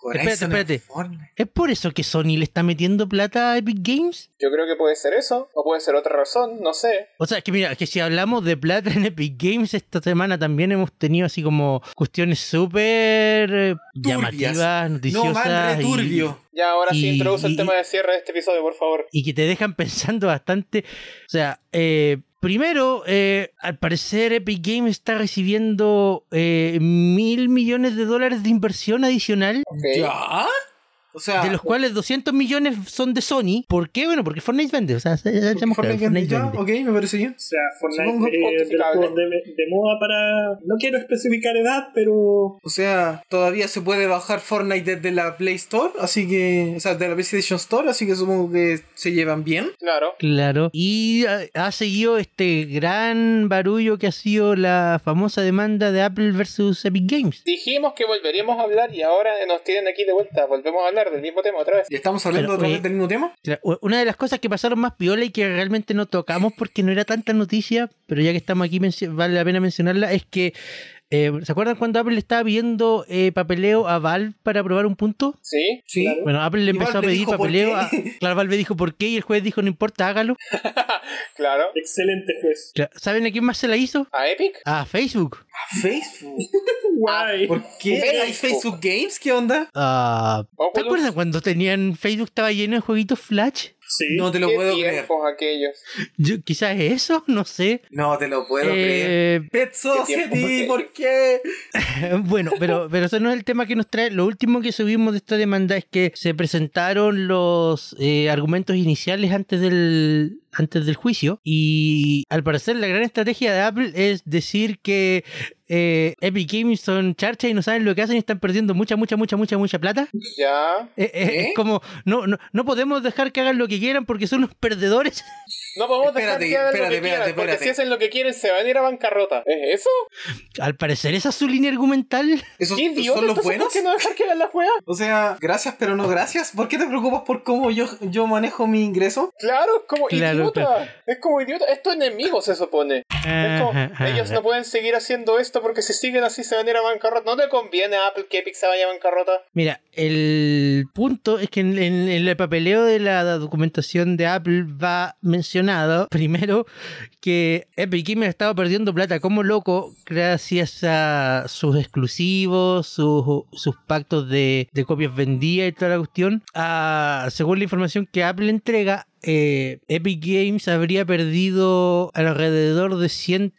B: Horizon
C: Espérate,
B: en
C: espérate.
B: Fortnite.
C: ¿Es por eso que Sony le está metiendo plata a Epic Games?
D: Yo creo que puede ser eso, o puede ser otra razón, no sé.
C: O sea, que mira, que si hablamos de plata en Epic Games esta semana también hemos tenido así como cuestiones súper eh,
B: Turbias.
C: llamativas,
B: No, man,
C: noticiosas. y-
B: returbio.
D: Ya ahora sí
C: Y-
D: introduce el
C: y-
D: tema de cierre de este episodio, por favor.
C: y que te dejan pensando bastante. O sea, eh, primero, eh, al parecer Epic Games está recibiendo eh, mil millones de dólares de inversión adicional,
D: Ok.
B: ¿Ya? O sea,
C: de los cuales 200 millones son de Sony. ¿Por qué? Bueno, porque Fortnite vende. O sea, se-
B: ¿por qué
C: seamos claros,
B: Fortnite vende?
C: Fortnite
B: ya,
C: vende.
B: ok, me parece bien.
A: O sea,
D: Supongo
A: Fortnite eh, de los
D: justificable.
A: juegos de, de moda para... No quiero especificar edad, pero...
B: O sea, todavía se puede bajar Fortnite desde la Play Store, así que. O sea, de la PlayStation Store, así que supongo que se llevan bien.
D: Claro.
C: Claro. Y ha, ha seguido este gran barullo que ha sido la famosa demanda de Apple versus Epic Games.
D: Dijimos que volveríamos a hablar y ahora nos tienen aquí de vuelta. Volvemos a hablar del mismo tema otra vez.
B: ¿Y estamos hablando
C: Pero,
B: otra
C: oye,
B: vez del mismo tema?
C: Claro, u- Una de las cosas que pasaron más piola y que realmente no tocamos porque no era tanta noticia, pero ya que estamos aquí mencio- vale la pena mencionarla, es que, eh, ¿se acuerdan cuando Apple le estaba pidiendo eh, papeleo a Valve para probar un punto?
D: ¿Sí?
B: Sí.
A: claro.
C: Bueno, Apple le
B: Y
C: empezó
B: Valve
C: a pedir
B: dijo, ¿por
C: papeleo. A,
B: qué?
C: claro, Valve dijo por qué y el juez dijo no importa, hágalo.
D: Claro.
A: Excelente juez.
C: Claro, ¿Saben a quién más se la hizo?
D: ¿A Epic?
C: A Facebook.
D: Ah,
B: Facebook.
A: Guay.
B: ¿Por qué? ¿Hay Facebook
D: Facebook
B: Games? ¿Qué onda?
C: Ah, ¿Te
D: Oculus.
C: acuerdas cuando tenían Facebook estaba lleno de jueguitos Flash?
A: Sí.
B: No te lo
D: ¿Qué
B: puedo creer.
D: tiempos aquellos?
C: Yo, quizás eso, no sé.
B: No te lo puedo creer.
C: Eh,
B: Pet Society, ¿por qué?
C: Bueno, pero, pero eso no es el tema que nos trae. Lo último que subimos de esta demanda es que se presentaron los eh, argumentos iniciales antes del, antes del juicio y al parecer la gran estrategia de Apple es decir que eh, Epic Games son charchas y no saben lo que hacen y están perdiendo mucha, mucha, mucha, mucha, mucha plata.
D: Ya.
C: Eh, eh,
B: ¿Eh?
C: Es como, no, no, no podemos dejar que hagan lo que quieran porque son los perdedores.
D: No podemos dejar
B: Espérate,
D: que hagan
B: espérate,
D: lo que quieran,
B: espérate,
D: porque
B: espérate.
D: si hacen lo que quieren se van a ir a bancarrota. ¿Es eso?
C: Al parecer esa es su línea argumental.
B: ¿Esos
D: ¿Qué idiota?
B: son los
D: entonces,
B: buenos?
D: ¿Por qué no dejar que hagan la juega?
B: O sea, gracias pero no gracias. ¿Por qué te preocupas por cómo yo, yo manejo mi ingreso?
D: Claro, es como
C: Claro,
D: idiota.
C: claro.
D: Es como idiota. Es tu enemigo, se supone. Es como, ellos no pueden seguir haciendo esto porque si siguen así se van a ir a bancarrota. ¿No te conviene a Apple que Epic se vaya a bancarrota?
C: Mira, el punto es que en, en- en el papeleo de la documentación de Apple va mencionado primero que Epic Games ha estado perdiendo plata como loco gracias a sus exclusivos, sus, sus pactos de, de copias vendidas y toda la cuestión. Ah, según la información que Apple entrega, eh, Epic Games habría perdido alrededor de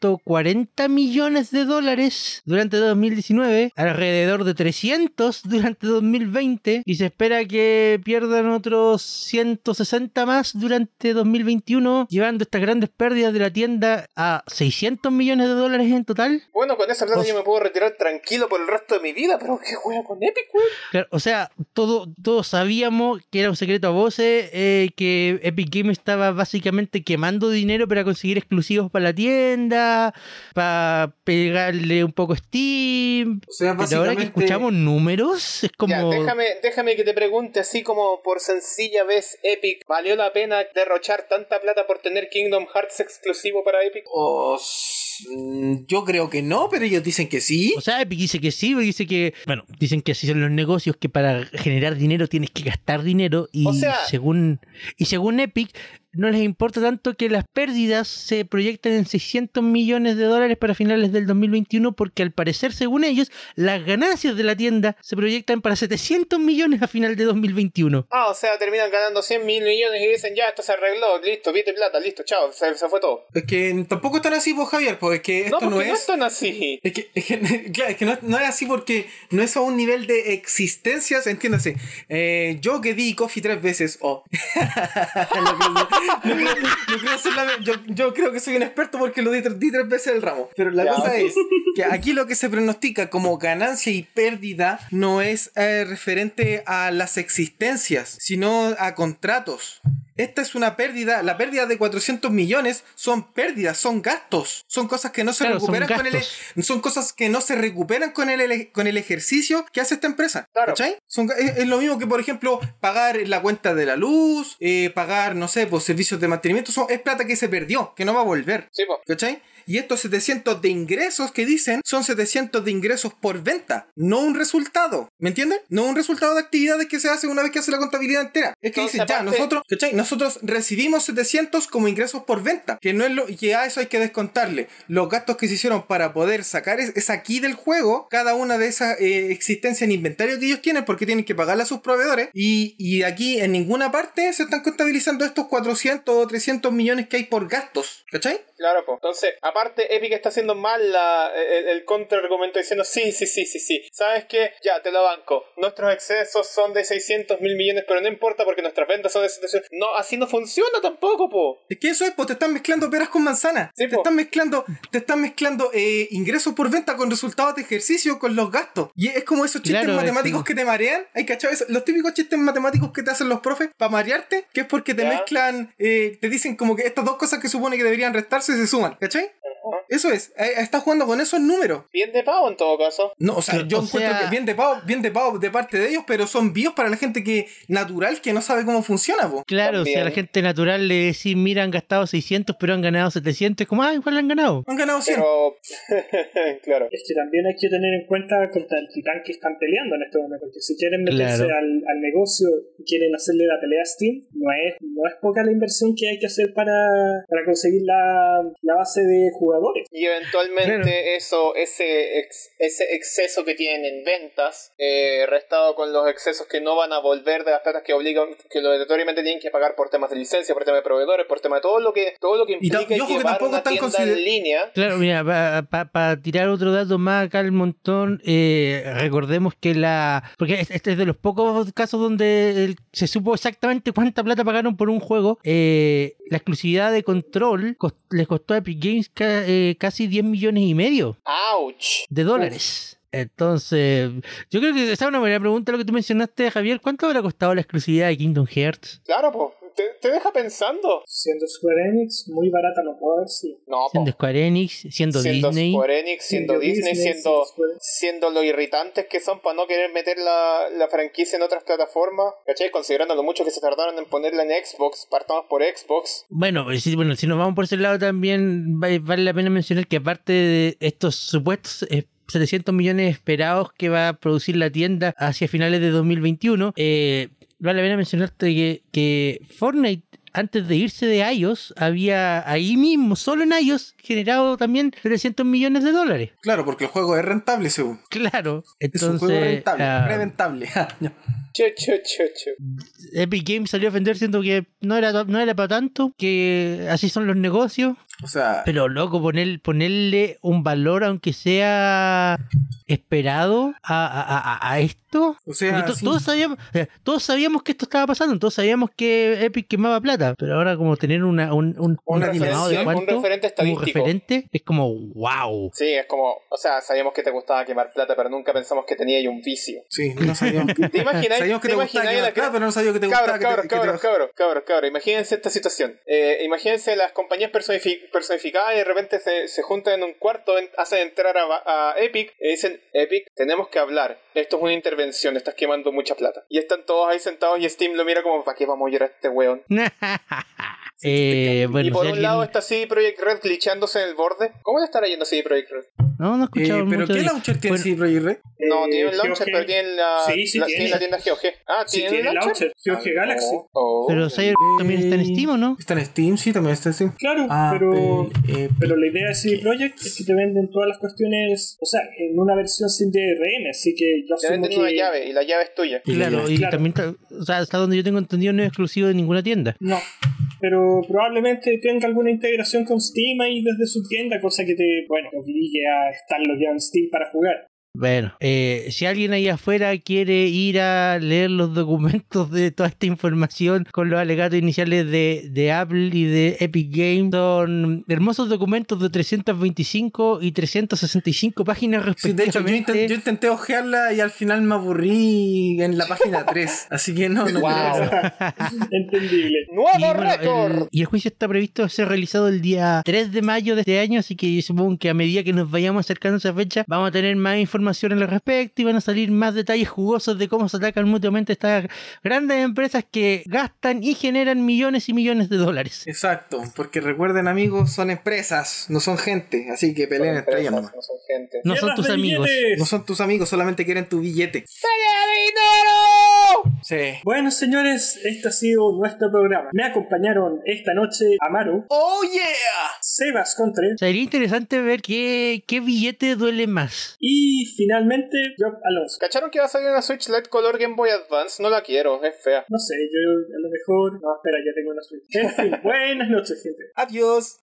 C: 140 millones de dólares durante 2019, alrededor de 300 durante 2020 y se espera que pierdan otros 160 más durante 2021, llevando estas grandes pérdidas de la tienda a 600 millones de dólares en total.
D: Bueno, con esa plata
C: O
D: yo
C: sea-
D: me puedo retirar tranquilo por el resto de mi vida, pero qué juega con Epic, weón.
C: Claro, o sea, todo, todos sabíamos que era un secreto a voces, eh, que Epic Games estaba básicamente quemando dinero para conseguir exclusivos para la tienda, para pegarle un poco a Steam.
B: O sea,
C: Pero ahora que
B: básicamente...
C: escuchamos números, es como...
D: Ya, déjame, déjame que te pregunte así como por sencilla vez, Epic, ¿valió la pena derrochar tanta plata por tener Kingdom Hearts exclusivo para Epic?
B: Oh, s- mm, yo creo que no, pero ellos dicen que sí.
C: O sea, Epic dice que sí, porque dice que... Bueno, dicen que así son los negocios, que para generar dinero tienes que gastar dinero. Y
D: O sea-
C: según y según Epic, no les importa tanto que las pérdidas se proyectan en 600 millones de dólares para finales del 2021 porque al parecer, según ellos, las ganancias de la tienda se proyectan para 700 millones a final de 2021.
D: Ah, o sea, terminan ganando 100 mil millones y dicen, ya, esto se arregló, listo, billete de plata, listo, chao, se, se fue todo.
B: Es que tampoco están así, vos, Javier, pues es que esto
D: no,
B: no,
D: porque no,
B: es.
D: están así.
B: Es que, es que- claro, es que no, no es así porque no es a un nivel de existencias, entiéndase. Eh, yo que di coffee tres veces, oh. Lo que- lo- lo- yo, creo ser la- yo- yo creo que soy un experto porque lo di, tre- di tres veces el ramo. Pero la
D: Ya,
B: cosa
D: ok.
B: es que aquí lo que se pronostica como ganancia y pérdida no es eh, referente a las existencias, sino a contratos. Esta es una pérdida, la pérdida de 400 millones son pérdidas, son gastos, son cosas que no se
C: Claro, son
B: recuperan con el,
C: gastos.
B: son cosas que no se recuperan con el, ele- con el ejercicio que hace esta empresa.
D: Claro.
B: ¿cachai? Son ga- es, es lo mismo que, por ejemplo, pagar la cuenta de la luz, eh, pagar, no sé, por servicios de mantenimiento. Son, es plata que se perdió, que no va a volver.
D: Sí, po.
B: ¿Cachai? Y estos 700 de ingresos que dicen son 700 de ingresos por venta, no un resultado. ¿Me entienden? No un resultado de actividades que se hace una vez que hace la contabilidad entera. Es que
D: Entonces,
B: dicen, ya,
D: aparte-
B: nosotros, ¿cachai? Nosotros recibimos 700 como ingresos por venta, que no es lo que a eso hay que descontarle los gastos que se hicieron para poder sacar es, es aquí del juego cada una de esas eh, existencias en inventario que ellos tienen porque tienen que pagarle a sus proveedores y, y aquí en ninguna parte se están contabilizando estos 400 o 300 millones que hay por gastos, ¿cachai?
D: Claro, po. Entonces, aparte, Epic está haciendo mal la, el, el contraargumento diciendo, sí, sí, sí, sí, sí. ¿Sabes qué? Ya, te lo banco. Nuestros excesos son de 600 mil millones, pero no importa porque nuestras ventas son de 700. No, así no funciona tampoco, po.
B: Es que eso es, pues te están mezclando peras con manzanas.
D: Sí,
B: te
D: po.
B: están mezclando, te están mezclando eh, ingresos por venta con resultados de ejercicio, con los gastos. Y es como esos chistes
C: Claro,
B: matemáticos
C: eso.
B: que te marean. ¿Hay cachado eso? Los típicos chistes matemáticos que te hacen los profes para marearte, que es porque te
D: Ya.
B: mezclan, eh, te dicen como que estas dos cosas que supone que deberían restarse se suman, ¿cachai? Eso es, eh, estás jugando con esos números.
D: Bien de pago en todo caso.
B: No, o sea,
C: Pero,
B: yo
C: o
B: encuentro
C: sea-
B: que bien de pavo, bien de pavo de parte de ellos, pero son bios para la gente que natural que no sabe cómo funciona, po.
C: Claro, o sea, a la
D: También.
C: gente natural le decís, mira, han gastado 600, pero han ganado 700, es como, ah, igual han ganado.
B: Han ganado 100.
D: Pero, claro.
A: Es que también hay que tener en cuenta contra el titán que están peleando en este momento, porque si quieren meterse
C: Claro.
A: al, al negocio y quieren hacerle la pelea a Steam, no es, no es poca la inversión que hay que hacer para, para conseguir la, la base de jugadores.
D: Y eventualmente
C: Claro.
D: eso, ese, ex- ese exceso que tienen en ventas, eh, restado con los excesos que no van a volver de las platas que obligan, que obligatoriamente tienen que pagar por temas de licencia, por temas de proveedores, por temas de todo lo que, todo lo que
B: Y ta-
D: implica
B: y ojo que
D: llevar
B: tampoco
D: una
B: están
D: tienda
B: consider-
D: en línea.
C: Claro, mira, para tirar otro dato más acá al montón, eh, recordemos que la... Porque es- este es de los pocos casos donde el- se supo exactamente cuánta plata pagaron por un juego. Eh, la exclusividad de Control cos- les costó a Epic Games ca- eh, casi 10 millones y medio
D: ¡Auch!
C: de dólares. Entonces, yo creo que esa es una buena pregunta lo que tú mencionaste, Javier. ¿Cuánto habrá costado la exclusividad de Kingdom Hearts?
D: Claro, po. Te, te deja pensando.
A: Siendo Square Enix, muy barata no puedo haber sido.
D: No, po.
C: Siendo Square Enix, siendo,
D: Oh. siendo
C: Disney.
D: Square Enix, siendo
A: Siendo
D: Disney,
A: Disney,
D: siendo,
A: siendo Square.
D: siendo lo irritantes que son para no querer meter la, la franquicia en otras plataformas, ¿cachai? Considerando lo mucho que se tardaron en ponerla en Xbox, partamos por Xbox.
C: Bueno, eh, sí, bueno, si nos vamos por ese lado también va- vale la pena mencionar que aparte de estos supuestos eh, 700 millones esperados que va a producir la tienda hacia finales de 2021, eh, vale la pena mencionarte que, que Fortnite antes de irse de iOS había ahí mismo, solo en iOS, generado también 700 millones de dólares.
B: Claro, porque el juego es rentable, según.
C: Claro,
B: Es
C: entonces
B: un juego rentable,
C: ah,
B: reventable.
D: Che, che, che, che.
C: Epic Games salió a vender siendo que no era, no era para tanto, que así son los negocios.
B: o sea,
C: Pero loco, poner, ponerle un valor, aunque sea esperado, a, a- a- a esto.
B: o sea,
C: Porque to-
B: sí.
C: todos, sabíamos, o sea, todos sabíamos que esto estaba pasando, todos sabíamos que Epic quemaba plata, pero ahora como tener una, un, un, un
B: Una
C: estimado
B: dimensión,
C: de
B: un
C: cuánto,
D: referente
C: como
D: estadístico.
C: referente, es como wow.
D: Sí, es como, o sea, sabíamos que te gustaba quemar plata, pero nunca pensamos que tenías un vicio.
B: sí, no sabíamos que,
D: ¿Te imagináis?
B: sabíamos que
D: te
B: te gustaba
D: imagináis
B: que
D: la
B: te- pero no sabíamos que te
D: Cabros,
B: gustaba que te-
D: cabros,
B: que te-
D: cabros, cabros, cabros, cabros. Imagínense esta situación. Eh, imagínense las compañías personifi- personificadas y de repente se, se juntan en un cuarto, en- hacen entrar a, Ba- a Epic y dicen, Epic, tenemos que hablar. Esto es una intervención, estás quemando mucha plata. Y están todos ahí sentados y Steam lo mira como, ¿para qué vamos a llorar a este weón?
C: Eh, bueno,
D: y por
C: si
D: un
C: alguien-
D: lado está CD Projekt Red glitchándose en el borde. ¿Cómo le estará yendo a CD Projekt Red?
C: No, no
B: Eh,
C: escuchaba
B: ¿Pero
C: mucho
B: qué
C: de-
B: launcher tiene
C: Bueno,
B: CD Projekt Red?
D: No,
A: Eh,
D: tiene un launcher,
A: GOG.
D: pero tiene la,
A: Sí, sí
D: la-
A: tiene.
D: tiene la tienda GOG. Ah,
A: Sí,
D: tiene,
A: tiene
D: un launcher.
A: launcher, GOG
D: Ah,
A: Galaxy.
D: oh, oh.
C: Pero Cyber también está en Steam, ¿o no?
B: Está en Steam, sí, también está en Steam.
A: Claro,
B: Ah,
A: pero,
B: eh, eh,
A: pero la idea de CD Projekt es que te venden todas las cuestiones, o sea, en una versión sin DRM, así que yo
D: Te
A: asumo
D: venden
A: que...
D: una llave y la llave es tuya.
B: Y
C: Claro,
B: la-
C: y
A: claro.
C: también, está- o sea, hasta donde yo tengo entendido, no es exclusivo de ninguna tienda.
A: No, pero probablemente tenga alguna integración con Steam ahí desde su tienda, cosa que te, bueno, te obligue a estar logueado en Steam para jugar.
C: Bueno, eh, si alguien ahí afuera quiere ir a leer los documentos de toda esta información con los alegatos iniciales de, de Apple y de Epic Games, son hermosos documentos de 325 y 365 páginas
B: Sí, de
C: respectivamente.
B: hecho, yo, inten- yo intenté ojearla y al final me aburrí en la página 3. Así que no, no.
D: Wow.
C: Ah.
A: Entendible.
D: ¡Nuevo
C: Y, bueno,
D: récord!
C: el, y el juicio está previsto ser realizado el día 3 de mayo de este año, así que yo supongo que a medida que nos vayamos acercando a esa fecha, vamos a tener más información al respecto y van a salir más detalles jugosos de cómo se atacan mutuamente estas grandes empresas que gastan y generan millones y millones de dólares.
B: Exacto, porque recuerden amigos, son empresas, no son gente, así que
D: Son
B: peleen entre ellas
D: empresas,
B: nomás.
D: no son gente.
C: No son
A: ¡Guerras
C: tus
A: de
C: amigos.
A: billetes!
B: No son tus amigos, solamente quieren tu billete.
D: dinero!
B: Sí.
A: Bueno, señores, este ha sido nuestro programa. Me acompañaron esta noche Amaro,
B: ¡Oh yeah!
A: Sebas Contre
C: O sea, sería interesante ver qué, qué billete duele más.
A: y finalmente Job Alonso.
D: ¿Cacharon que va a salir una Switch LED color Game Boy Advance? No la quiero, es fea.
A: No sé, yo a lo mejor. No, espera, ya tengo una suite. En fin, buenas noches, gente.
B: Adiós.